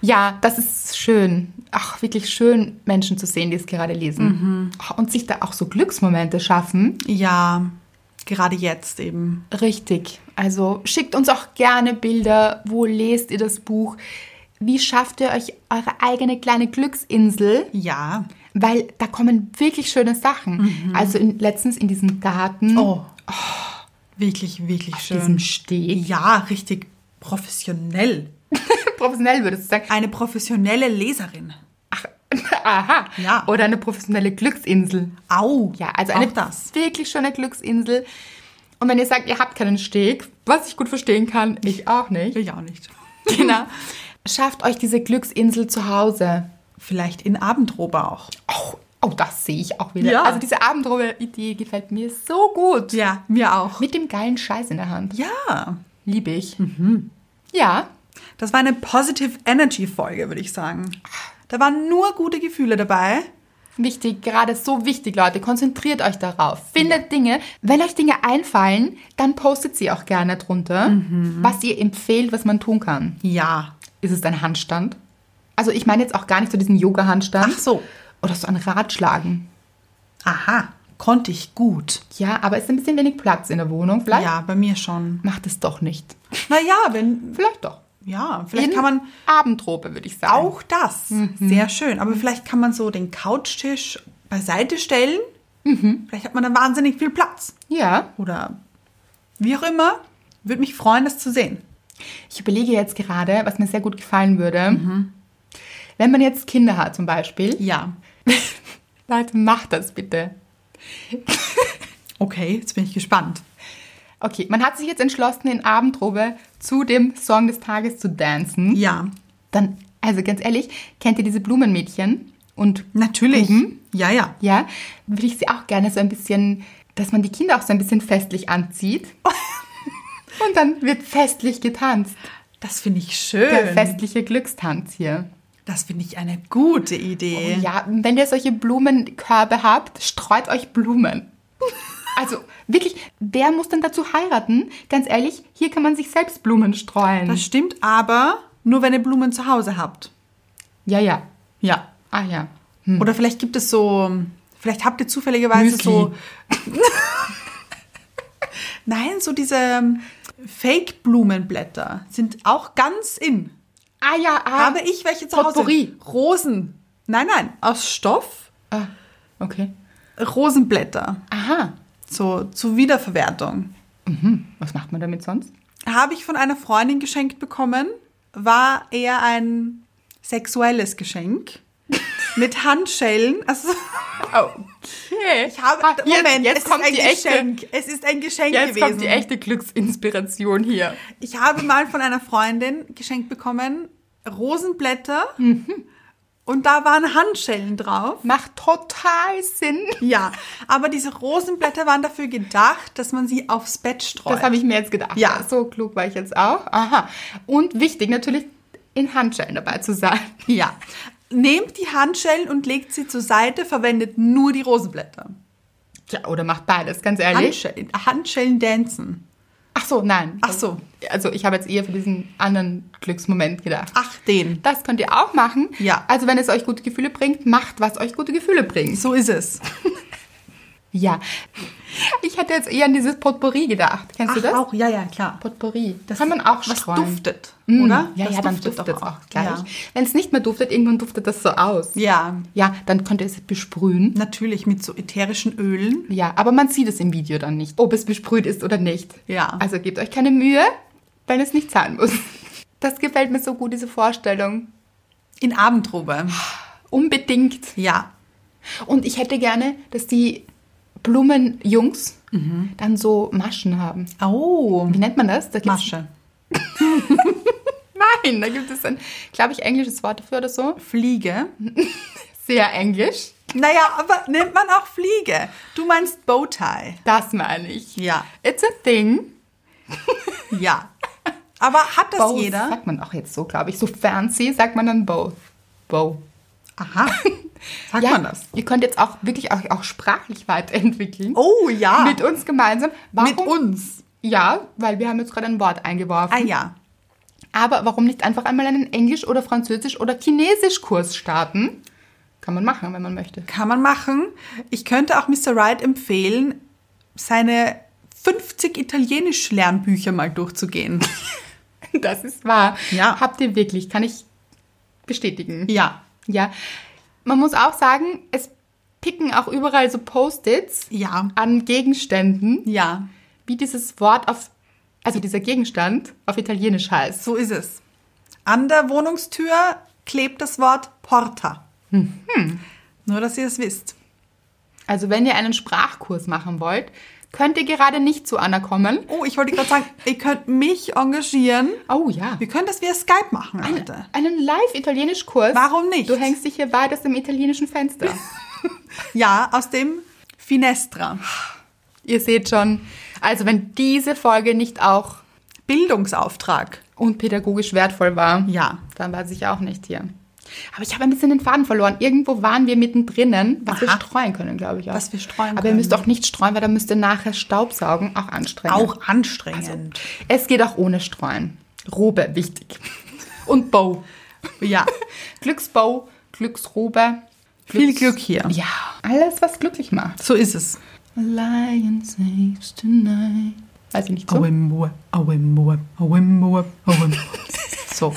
Speaker 2: Ja, das ist schön. Ach, wirklich schön, Menschen zu sehen, die es gerade lesen. Und sich da auch so Glücksmomente schaffen.
Speaker 1: Ja, gerade jetzt eben.
Speaker 2: Richtig. Also schickt uns auch gerne Bilder. Wo lest ihr das Buch? Wie schafft ihr euch eure eigene kleine Glücksinsel?
Speaker 1: Ja.
Speaker 2: Weil da kommen wirklich schöne Sachen. Also in, letztens in diesem Garten,
Speaker 1: Mhm. Oh. Wirklich, wirklich schön.
Speaker 2: diesem Steg.
Speaker 1: Ja, richtig professionell.
Speaker 2: Professionell würdest du sagen.
Speaker 1: Eine professionelle Leserin.
Speaker 2: Aha.
Speaker 1: Ja.
Speaker 2: Oder eine professionelle Glücksinsel.
Speaker 1: Au.
Speaker 2: Ja, also eine
Speaker 1: Ah. Auch das.
Speaker 2: wirklich schöne Glücksinsel. Und wenn ihr sagt, ihr habt keinen Steg, was ich gut verstehen kann, ich auch nicht.
Speaker 1: ich auch nicht.
Speaker 2: genau. Schafft euch diese Glücksinsel zu Hause.
Speaker 1: Vielleicht in Abendrobe auch.
Speaker 2: Oh, oh das sehe ich auch wieder.
Speaker 1: Ja.
Speaker 2: Also diese Abendrobe-Idee gefällt mir so gut.
Speaker 1: Ja, mir auch.
Speaker 2: Mit dem geilen Scheiß in der Hand.
Speaker 1: Ja.
Speaker 2: Liebe ich.
Speaker 1: Mhm.
Speaker 2: Ja,
Speaker 1: Das war eine Positive Energy Folge, würde ich sagen. Da waren nur gute Gefühle dabei.
Speaker 2: wichtig, gerade so wichtig, Leute. Konzentriert euch darauf. Findet Dinge. Wenn euch Dinge einfallen, dann postet sie auch gerne drunter,
Speaker 1: Mhm.
Speaker 2: was ihr empfehlt, was man tun kann.
Speaker 1: Ja.
Speaker 2: Ist es ein Handstand? Also ich meine jetzt auch gar nicht so diesen Yoga-Handstand.
Speaker 1: Ach so.
Speaker 2: Oder so ein Radschlagen.
Speaker 1: Aha. Konnte ich gut.
Speaker 2: Ja, aber ist ein bisschen wenig Platz in der Wohnung. Vielleicht
Speaker 1: Ja, bei mir schon.
Speaker 2: macht es doch nicht.
Speaker 1: Naja, wenn.
Speaker 2: Vielleicht doch.
Speaker 1: Ja, vielleicht
Speaker 2: In
Speaker 1: kann man
Speaker 2: Abendrobe, würde ich sagen.
Speaker 1: auch das. Sehr schön. Aber vielleicht kann man so den Couchtisch beiseite stellen. Vielleicht hat man dann wahnsinnig viel Platz.
Speaker 2: Ja.
Speaker 1: Oder wie auch immer. Würde mich freuen, das zu sehen.
Speaker 2: Ich überlege jetzt gerade, was mir sehr gut gefallen würde. Wenn man jetzt Kinder hat zum Beispiel.
Speaker 1: Mhm. Ja.
Speaker 2: Leute, macht das bitte.
Speaker 1: Okay, jetzt bin ich gespannt.
Speaker 2: Okay, man hat sich jetzt entschlossen, in Abendrobe zu dem Song des Tages zu tanzen.
Speaker 1: Ja,
Speaker 2: Dann, also ganz ehrlich, kennt ihr diese Blumenmädchen und
Speaker 1: natürlich.
Speaker 2: Buben?
Speaker 1: Mhm. Ja, ja.
Speaker 2: Ja, würde ich sie auch gerne so ein bisschen, dass man die Kinder auch so ein bisschen festlich anzieht. Und dann wird festlich getanzt.
Speaker 1: Das finde ich
Speaker 2: Der
Speaker 1: schön.
Speaker 2: festliche Glückstanz hier.
Speaker 1: Das finde ich eine gute Idee.
Speaker 2: Oh Ja, wenn ihr solche Blumenkörbe habt, streut euch Blumen. Also wirklich, wer muss denn dazu heiraten? Ganz ehrlich, hier kann man sich selbst Blumen streuen.
Speaker 1: Das stimmt, aber nur wenn ihr Blumen zu Hause habt.
Speaker 2: Ja, ja.
Speaker 1: Ja.
Speaker 2: Ah ja.
Speaker 1: Oder vielleicht gibt es so, vielleicht habt ihr zufälligerweise
Speaker 2: Müsli.
Speaker 1: so. Nein, so diese Fake-Blumenblätter sind auch ganz in.
Speaker 2: Ah ja, ah.
Speaker 1: Habe ich welche zu Hause?
Speaker 2: Potpourri.
Speaker 1: Rosen. Nein, nein, aus Stoff.
Speaker 2: ah, okay.
Speaker 1: Rosenblätter.
Speaker 2: Aha. Mhm.
Speaker 1: So zur Wiederverwertung.
Speaker 2: Was macht man damit sonst?
Speaker 1: Habe ich von einer Freundin geschenkt bekommen. War eher ein sexuelles Geschenk. Mit Handschellen. Also,
Speaker 2: Okay.
Speaker 1: ich habe.
Speaker 2: Ah, jetzt,
Speaker 1: Moment,
Speaker 2: jetzt
Speaker 1: es
Speaker 2: kommt
Speaker 1: ist ein
Speaker 2: die echte,
Speaker 1: Geschenk. Es ist ein Geschenk
Speaker 2: jetzt
Speaker 1: gewesen.
Speaker 2: kommt die echte Glücksinspiration hier.
Speaker 1: Ich habe mal von einer Freundin geschenkt bekommen Rosenblätter.
Speaker 2: Mhm.
Speaker 1: Und da waren Handschellen drauf.
Speaker 2: Macht total Sinn.
Speaker 1: Ja, aber diese Rosenblätter waren dafür gedacht, dass man sie aufs Bett streut.
Speaker 2: Das habe ich mir jetzt gedacht.
Speaker 1: Ja.
Speaker 2: So klug war ich jetzt auch. Aha. Und wichtig natürlich, in Handschellen dabei zu sein.
Speaker 1: Ja. Nehmt die Handschellen und legt sie zur Seite, verwendet nur die Rosenblätter.
Speaker 2: Tja, oder macht beides, ganz ehrlich.
Speaker 1: Handschellen, Handschellen dancen.
Speaker 2: Ach so, nein.
Speaker 1: Ach so.
Speaker 2: Also ich habe jetzt eher für diesen anderen Glücksmoment gedacht.
Speaker 1: Ach, den.
Speaker 2: Das könnt ihr auch machen.
Speaker 1: Ja.
Speaker 2: Also wenn es euch gute Gefühle bringt, macht, was euch gute Gefühle bringt.
Speaker 1: So ist es.
Speaker 2: Ja. Ich hätte jetzt eher an dieses Potpourri gedacht. Kennst du das?
Speaker 1: auch, ja, ja, klar.
Speaker 2: Potpourri. Das kann man auch
Speaker 1: was
Speaker 2: streuen.
Speaker 1: duftet,
Speaker 2: Mm,
Speaker 1: oder?
Speaker 2: Ja,
Speaker 1: Das
Speaker 2: ja, dann duftet es
Speaker 1: doch
Speaker 2: auch gleich.
Speaker 1: Ja.
Speaker 2: Wenn es nicht mehr duftet, irgendwann duftet das so aus.
Speaker 1: ja,
Speaker 2: Ja, dann könnt ihr es besprühen.
Speaker 1: natürlich mit so ätherischen Ölen.
Speaker 2: Ja, aber man sieht es im Video dann nicht, ob es besprüht ist oder nicht.
Speaker 1: Ja.
Speaker 2: Also gebt euch keine Mühe, wenn es nicht sein muss. Das gefällt mir so gut, diese Vorstellung.
Speaker 1: In Abendrobe.
Speaker 2: Unbedingt.
Speaker 1: Ja.
Speaker 2: Und ich hätte gerne, dass die Blumenjungs
Speaker 1: Mhm.
Speaker 2: dann so Maschen haben.
Speaker 1: Oh.
Speaker 2: Wie nennt man das? Da gibt's-
Speaker 1: Masche.
Speaker 2: Nein, da gibt es dann, glaube ich, englisches Wort dafür oder so.
Speaker 1: Fliege.
Speaker 2: Sehr englisch.
Speaker 1: Naja, aber nennt man auch Fliege. Du meinst Bowtie.
Speaker 2: Das meine ich.
Speaker 1: Ja.
Speaker 2: It's a thing.
Speaker 1: Ja. Aber hat das
Speaker 2: Bow
Speaker 1: jeder?
Speaker 2: sagt man auch jetzt so, glaube ich. So fancy sagt man dann bow. Bow.
Speaker 1: Aha. Sagt man das?
Speaker 2: Ihr könnt jetzt auch wirklich auch, auch sprachlich weiterentwickeln.
Speaker 1: Oh ja.
Speaker 2: Mit uns gemeinsam. Warum?
Speaker 1: Mit uns.
Speaker 2: Ja, weil wir haben jetzt gerade ein Wort eingeworfen.
Speaker 1: Ah ja.
Speaker 2: Aber warum nicht einfach einmal einen Englisch- oder Französisch- oder Chinesisch-Kurs starten? Kann man machen, wenn man möchte.
Speaker 1: Kann man machen. Ich könnte auch Mr. Wright empfehlen, seine 50 Italienisch-Lernbücher mal durchzugehen.
Speaker 2: Das ist wahr.
Speaker 1: Ja.
Speaker 2: Habt ihr wirklich, kann ich bestätigen.
Speaker 1: Ja.
Speaker 2: Ja. Man muss auch sagen, es picken auch überall so Post-its
Speaker 1: Ja.
Speaker 2: an Gegenständen,
Speaker 1: Ja.
Speaker 2: wie dieses Wort auf, also dieser Gegenstand auf Italienisch heißt.
Speaker 1: So ist es. An der Wohnungstür klebt das Wort Porta. Hm. Nur, dass ihr es wisst.
Speaker 2: Also wenn ihr einen Sprachkurs machen wollt, könnt ihr gerade nicht zu Anna kommen.
Speaker 1: Oh, ich wollte gerade sagen, ihr könnt mich engagieren.
Speaker 2: Oh ja.
Speaker 1: Wir können das via Skype machen, Leute.
Speaker 2: Einen Live-Italienisch-Kurs.
Speaker 1: Warum nicht?
Speaker 2: Du hängst dich hier weit aus dem italienischen Fenster.
Speaker 1: Ja, aus dem Finestra.
Speaker 2: Ihr seht schon, also wenn diese Folge nicht auch
Speaker 1: Bildungsauftrag.
Speaker 2: unpädagogisch wertvoll war,
Speaker 1: Ja.
Speaker 2: dann weiß ich auch nicht hier. Aber ich habe ein bisschen den Faden verloren. Irgendwo waren wir mittendrin, was wir
Speaker 1: Aha.
Speaker 2: streuen können, glaube ich. Auch.
Speaker 1: Was wir streuen
Speaker 2: Aber ihr
Speaker 1: können.
Speaker 2: müsst auch nicht streuen, weil dann müsst ihr nachher Staubsaugen auch anstrengen.
Speaker 1: Auch anstrengend.
Speaker 2: Es geht auch ohne Streuen. Robe, wichtig. Und Bow.
Speaker 1: Ja.
Speaker 2: Glücksbow, Glücksrobe.
Speaker 1: Viel Glück hier.
Speaker 2: Ja, alles, was glücklich macht.
Speaker 1: So ist es.
Speaker 2: A Lion sleeps tonight. Weiß ich nicht so.
Speaker 1: Aue, aue, aue, aue, aue. So.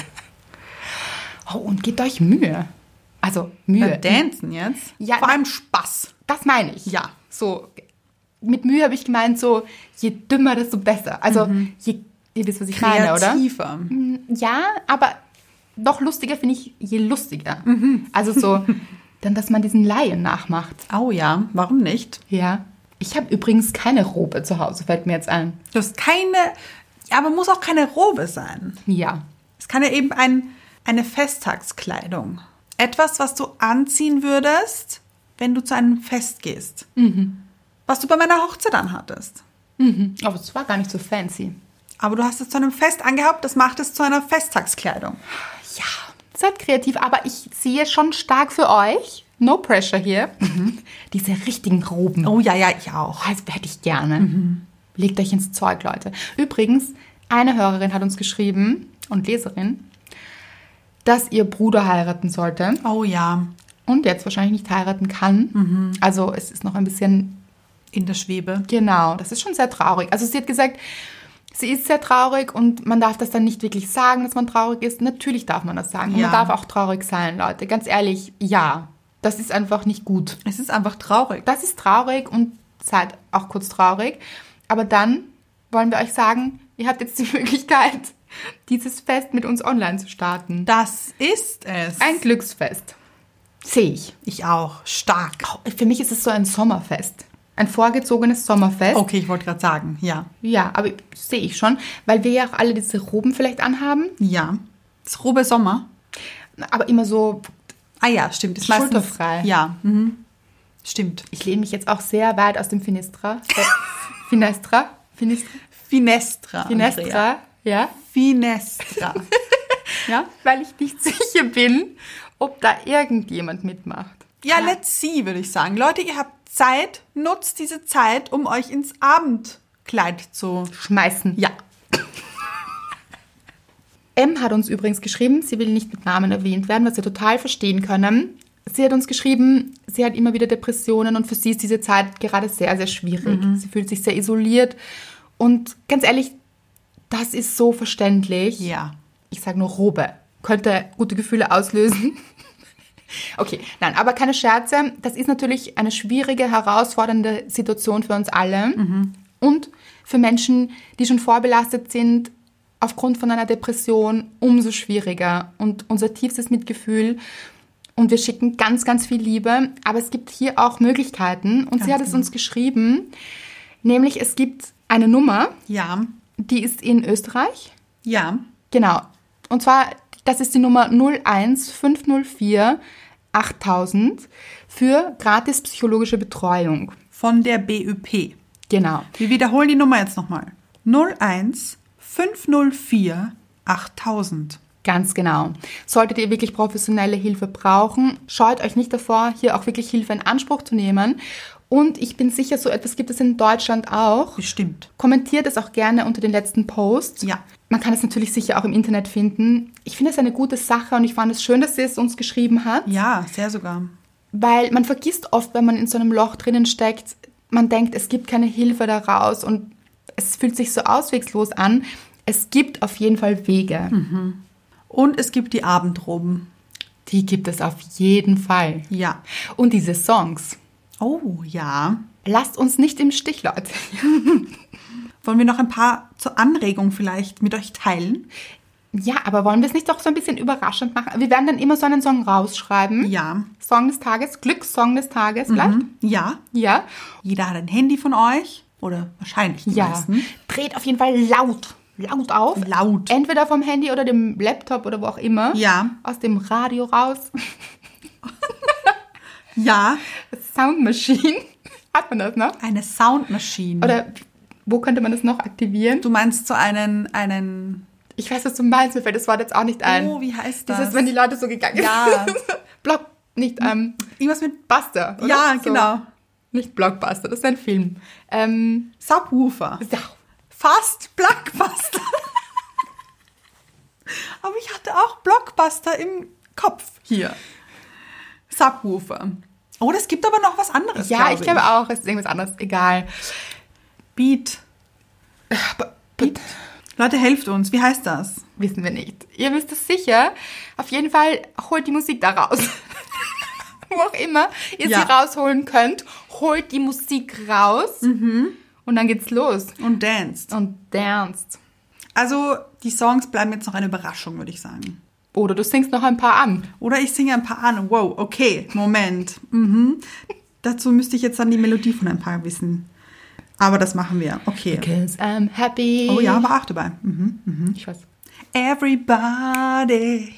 Speaker 2: Oh, und gebt euch Mühe. Also Mühe.
Speaker 1: Wir dancen jetzt.
Speaker 2: Ja.
Speaker 1: Vor allem Spaß.
Speaker 2: Das meine ich.
Speaker 1: Ja.
Speaker 2: So, mit Mühe habe ich gemeint, so, je dümmer, desto besser. Also,
Speaker 1: Mhm.
Speaker 2: je, ihr wisst, was ich meine, oder?
Speaker 1: Kreativer.
Speaker 2: Mm, Ja, aber noch lustiger finde ich, je lustiger. Also so, dann, dass man diesen Laien nachmacht.
Speaker 1: Oh ja, warum nicht?
Speaker 2: Ja. Ich habe übrigens keine Robe zu Hause, fällt mir jetzt ein.
Speaker 1: Du hast keine, ja, aber muss auch keine Robe sein.
Speaker 2: Ja.
Speaker 1: Es kann ja eben ein, eine Festtagskleidung. Etwas, was du anziehen würdest, wenn du zu einem Fest gehst. Mhm. Was du bei meiner Hochzeit anhattest.
Speaker 2: Mhm. Aber es war gar nicht so fancy.
Speaker 1: Aber du hast es zu einem Fest angehabt, das macht es zu einer Festtagskleidung.
Speaker 2: Ja, seid kreativ, aber ich sehe schon stark für euch, no pressure hier, diese richtigen Roben.
Speaker 1: Oh ja, ja, ich auch.
Speaker 2: Das hätte ich gerne. Legt euch ins Zeug, Leute. Übrigens, eine Hörerin hat uns geschrieben und Leserin, dass ihr Bruder heiraten sollte
Speaker 1: Oh ja,
Speaker 2: und jetzt wahrscheinlich nicht heiraten kann. Also es ist noch ein bisschen,
Speaker 1: in der Schwebe.
Speaker 2: genau, das ist schon sehr traurig. Also sie hat gesagt, sie ist sehr traurig und man darf das dann nicht wirklich sagen, dass man traurig ist. Natürlich darf man das sagen. Und
Speaker 1: Ja.
Speaker 2: man darf auch traurig sein, Leute. Ganz ehrlich, ja, das ist einfach nicht gut.
Speaker 1: Es ist einfach traurig.
Speaker 2: Das ist traurig und seid auch kurz traurig. Aber dann wollen wir euch sagen, ihr habt jetzt die Möglichkeit, dieses Fest mit uns online zu starten.
Speaker 1: Das ist es.
Speaker 2: Ein Glücksfest. Sehe ich.
Speaker 1: Ich auch. Stark.
Speaker 2: Für mich ist es so ein Sommerfest. Ein vorgezogenes Sommerfest.
Speaker 1: Okay, ich wollte gerade sagen, ja.
Speaker 2: Ja, aber sehe ich schon, weil wir ja auch alle diese Roben vielleicht anhaben,
Speaker 1: Ja. Ist Robe Sommer.
Speaker 2: aber immer so,
Speaker 1: Ah ja, stimmt. Ist meistens,
Speaker 2: Schulterfrei.
Speaker 1: Ja. Mhm. Stimmt.
Speaker 2: ich lehne mich jetzt auch sehr weit aus dem Finestra. Finestra?
Speaker 1: Finestra.
Speaker 2: Finestra?
Speaker 1: Andrea.
Speaker 2: Finestra, ja.
Speaker 1: Finestra. ja?
Speaker 2: weil ich nicht sicher bin, ob da irgendjemand mitmacht.
Speaker 1: Ja, let's see, würde ich sagen. Leute, ihr habt Zeit, nutzt diese Zeit, um euch ins Abendkleid zu.
Speaker 2: Schmeißen.
Speaker 1: Ja.
Speaker 2: M hat uns übrigens geschrieben, sie will nicht mit Namen erwähnt werden, was wir total verstehen können. Sie hat uns geschrieben, sie hat immer wieder Depressionen und für sie ist diese Zeit gerade sehr, sehr schwierig. Sie fühlt sich sehr isoliert und ganz ehrlich, das ist so verständlich.
Speaker 1: Ja.
Speaker 2: Ich sage nur Robe. Könnte gute Gefühle auslösen. Okay, nein, aber keine Scherze. Das ist natürlich eine schwierige, herausfordernde Situation für uns alle und für Menschen, die schon vorbelastet sind aufgrund von einer Depression umso schwieriger und unser tiefstes Mitgefühl und wir schicken ganz, ganz viel Liebe, aber es gibt hier auch Möglichkeiten und sie hat es uns geschrieben, nämlich es gibt eine Nummer,
Speaker 1: Ja.
Speaker 2: die ist in Österreich,
Speaker 1: Ja.
Speaker 2: Genau. Und zwar, das ist die Nummer 01504 8000 für gratis psychologische Betreuung.
Speaker 1: Von der BÜP.
Speaker 2: Genau.
Speaker 1: Wir wiederholen die Nummer jetzt nochmal. 01 504 8000.
Speaker 2: Ganz genau. Solltet ihr wirklich professionelle Hilfe brauchen, scheut euch nicht davor, hier auch wirklich Hilfe in Anspruch zu nehmen. Und ich bin sicher, so etwas gibt es in Deutschland auch.
Speaker 1: Bestimmt.
Speaker 2: Kommentiert es auch gerne unter den letzten Post.
Speaker 1: Ja.
Speaker 2: Man kann es natürlich sicher auch im Internet finden. Ich finde es eine gute Sache und ich fand es schön, dass sie es uns geschrieben hat.
Speaker 1: Ja, sehr sogar.
Speaker 2: Weil man vergisst oft, wenn man in so einem Loch drinnen steckt, man denkt, es gibt keine Hilfe daraus und es fühlt sich so auswegslos an. Es gibt auf jeden Fall Wege.
Speaker 1: Und es gibt die Abendroben.
Speaker 2: Die gibt es auf jeden Fall.
Speaker 1: Ja.
Speaker 2: Und diese Songs.
Speaker 1: Oh, ja.
Speaker 2: Lasst uns nicht im Stich, Leute.
Speaker 1: Wollen wir noch ein paar zur Anregung vielleicht mit euch teilen?
Speaker 2: Ja, aber wollen wir es nicht doch so ein bisschen überraschend machen? Wir werden dann immer so einen Song rausschreiben.
Speaker 1: Ja. Mhm.
Speaker 2: Song des Tages, Glückssong des Tages vielleicht.
Speaker 1: Ja.
Speaker 2: Ja.
Speaker 1: Jeder hat ein Handy von euch. Oder wahrscheinlich die
Speaker 2: Ja.
Speaker 1: meisten.
Speaker 2: Dreht auf jeden Fall laut, laut auf.
Speaker 1: Laut.
Speaker 2: Entweder vom Handy oder dem Laptop oder wo auch immer.
Speaker 1: Ja.
Speaker 2: Aus dem Radio raus.
Speaker 1: Ja.
Speaker 2: Sound Machine. Hat man das noch?
Speaker 1: Eine Soundmaschine.
Speaker 2: Oder wo könnte man das noch aktivieren?
Speaker 1: du meinst so einen, einen,
Speaker 2: Ich weiß, was du meinst, mir fällt das Wort jetzt auch nicht ein.
Speaker 1: oh, wie heißt das?
Speaker 2: Dieses, wenn die Leute so gegangen
Speaker 1: Ja.
Speaker 2: sind. Block, nicht ähm,
Speaker 1: Irgendwas mit
Speaker 2: Buster. Oder?
Speaker 1: Ja,
Speaker 2: so.
Speaker 1: genau.
Speaker 2: Nicht Blockbuster, das ist ein Film. Ähm,
Speaker 1: Subwoofer.
Speaker 2: ja.
Speaker 1: Fast Blockbuster. Aber ich hatte auch Blockbuster im Kopf hier. Subwoofer. Oh, das gibt aber noch was anderes.
Speaker 2: ja, ich
Speaker 1: glaube
Speaker 2: glaube auch, es ist irgendwas anderes. Egal.
Speaker 1: Beat.
Speaker 2: Beat?
Speaker 1: Leute, helft uns. Wie heißt das?
Speaker 2: Wissen wir nicht. Ihr wisst es sicher. Auf jeden Fall holt die Musik da raus. Wo auch immer ihr
Speaker 1: Ja.
Speaker 2: sie rausholen könnt, holt die Musik raus
Speaker 1: Mhm.
Speaker 2: und dann geht's los.
Speaker 1: Und danced.
Speaker 2: Und danced.
Speaker 1: Also, die Songs bleiben jetzt noch eine Überraschung, würde ich sagen.
Speaker 2: Oder du singst noch ein paar an.
Speaker 1: Oder ich singe ein paar an. Wow, okay, Moment. Mhm. Dazu müsste ich jetzt dann die Melodie von ein paar wissen. Aber das machen wir. Okay.
Speaker 2: Cause I'm Ähm, happy.
Speaker 1: Oh ja, war auch dabei. Mhm.
Speaker 2: Ich weiß.
Speaker 1: Everybody.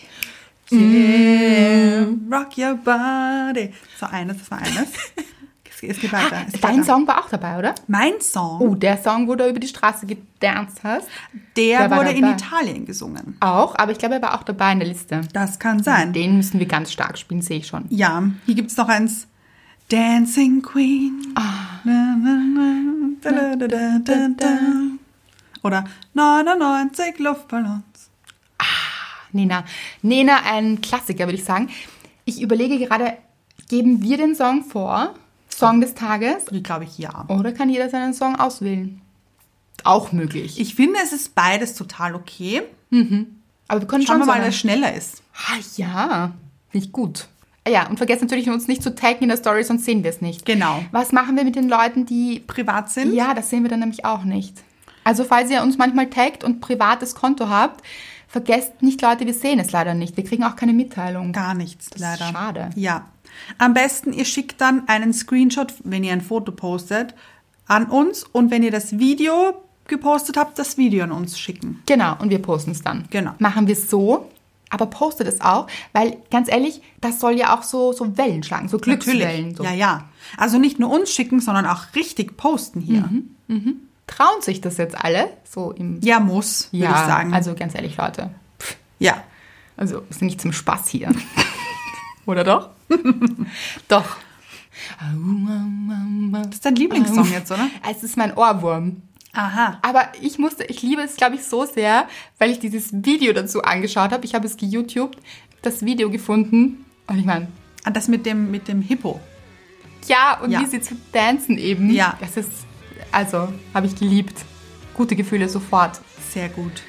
Speaker 1: Yeah. Rock your body. Das war eines, das war eines. es, geht- es geht weiter. Es geht
Speaker 2: Dein
Speaker 1: weiter.
Speaker 2: Song war auch dabei, oder?
Speaker 1: Mein Song,
Speaker 2: Oh, der Song, wo du über die Straße gedanced hast.
Speaker 1: der,
Speaker 2: der war
Speaker 1: wurde in
Speaker 2: dabei.
Speaker 1: Italien gesungen.
Speaker 2: Auch, aber ich glaube, er war auch dabei in der Liste.
Speaker 1: Das kann sein.
Speaker 2: Den müssen wir ganz stark spielen, sehe ich schon.
Speaker 1: Ja, hier gibt es noch eins. Dancing Queen.
Speaker 2: Ah.
Speaker 1: Na, na, na, da, da, da, da, da. Oder 99 Luftballons.
Speaker 2: Nena. Nena, ein Klassiker, würde ich sagen. Ich überlege gerade, geben wir den Song vor? Song des Tages?
Speaker 1: Glaube ich, ja.
Speaker 2: Oder kann jeder seinen Song auswählen? Auch möglich.
Speaker 1: Ich finde, es ist beides total okay.
Speaker 2: Aber wir
Speaker 1: Schauen wir
Speaker 2: können schon
Speaker 1: mal,
Speaker 2: so
Speaker 1: wer
Speaker 2: eine-
Speaker 1: schneller ist.
Speaker 2: Ah ja, finde ich gut. Ah Ja, und vergesst natürlich uns nicht zu taggen in der Story, sonst sehen wir es nicht.
Speaker 1: Genau.
Speaker 2: Was machen wir mit den Leuten, die...
Speaker 1: Privat sind.
Speaker 2: Ja, das sehen wir dann nämlich auch nicht. Also falls ihr uns manchmal taggt und privates Konto habt, vergesst nicht, Leute, wir sehen es leider nicht. Wir kriegen auch keine Mitteilung.
Speaker 1: Gar nichts,
Speaker 2: ist
Speaker 1: leider.
Speaker 2: schade.
Speaker 1: Ja. Am besten, ihr schickt dann einen Screenshot, wenn ihr ein Foto postet, an uns und wenn ihr das Video gepostet habt, das Video an uns schicken.
Speaker 2: Genau, und wir posten es dann.
Speaker 1: Genau.
Speaker 2: Machen wir es so, aber postet es auch, weil ganz ehrlich, das soll ja auch so, so Wellen schlagen, so Glückswellen. So.
Speaker 1: Ja, ja. Also nicht nur uns schicken, sondern auch richtig posten hier.
Speaker 2: Mhm. Trauen sich das jetzt alle? So im
Speaker 1: Ja, muss, würde ich sagen.
Speaker 2: Also ganz ehrlich, Leute.
Speaker 1: ja.
Speaker 2: Also ist nicht zum Spaß hier. Oder doch? doch.
Speaker 1: Das ist dein Lieblingssong jetzt, oder?
Speaker 2: Es ist mein Ohrwurm.
Speaker 1: Aha.
Speaker 2: Aber ich musste, ich liebe es, glaube ich, so sehr, weil ich dieses Video dazu angeschaut habe. Ich habe es geYouTubed, das Video gefunden. Und ich meine,
Speaker 1: Ah, Das mit dem, mit dem Hippo.
Speaker 2: ja, und
Speaker 1: Ja.
Speaker 2: wie sie zu tanzen eben.
Speaker 1: Ja.
Speaker 2: Das ist, also, habe ich geliebt. Gute Gefühle sofort.
Speaker 1: Sehr gut.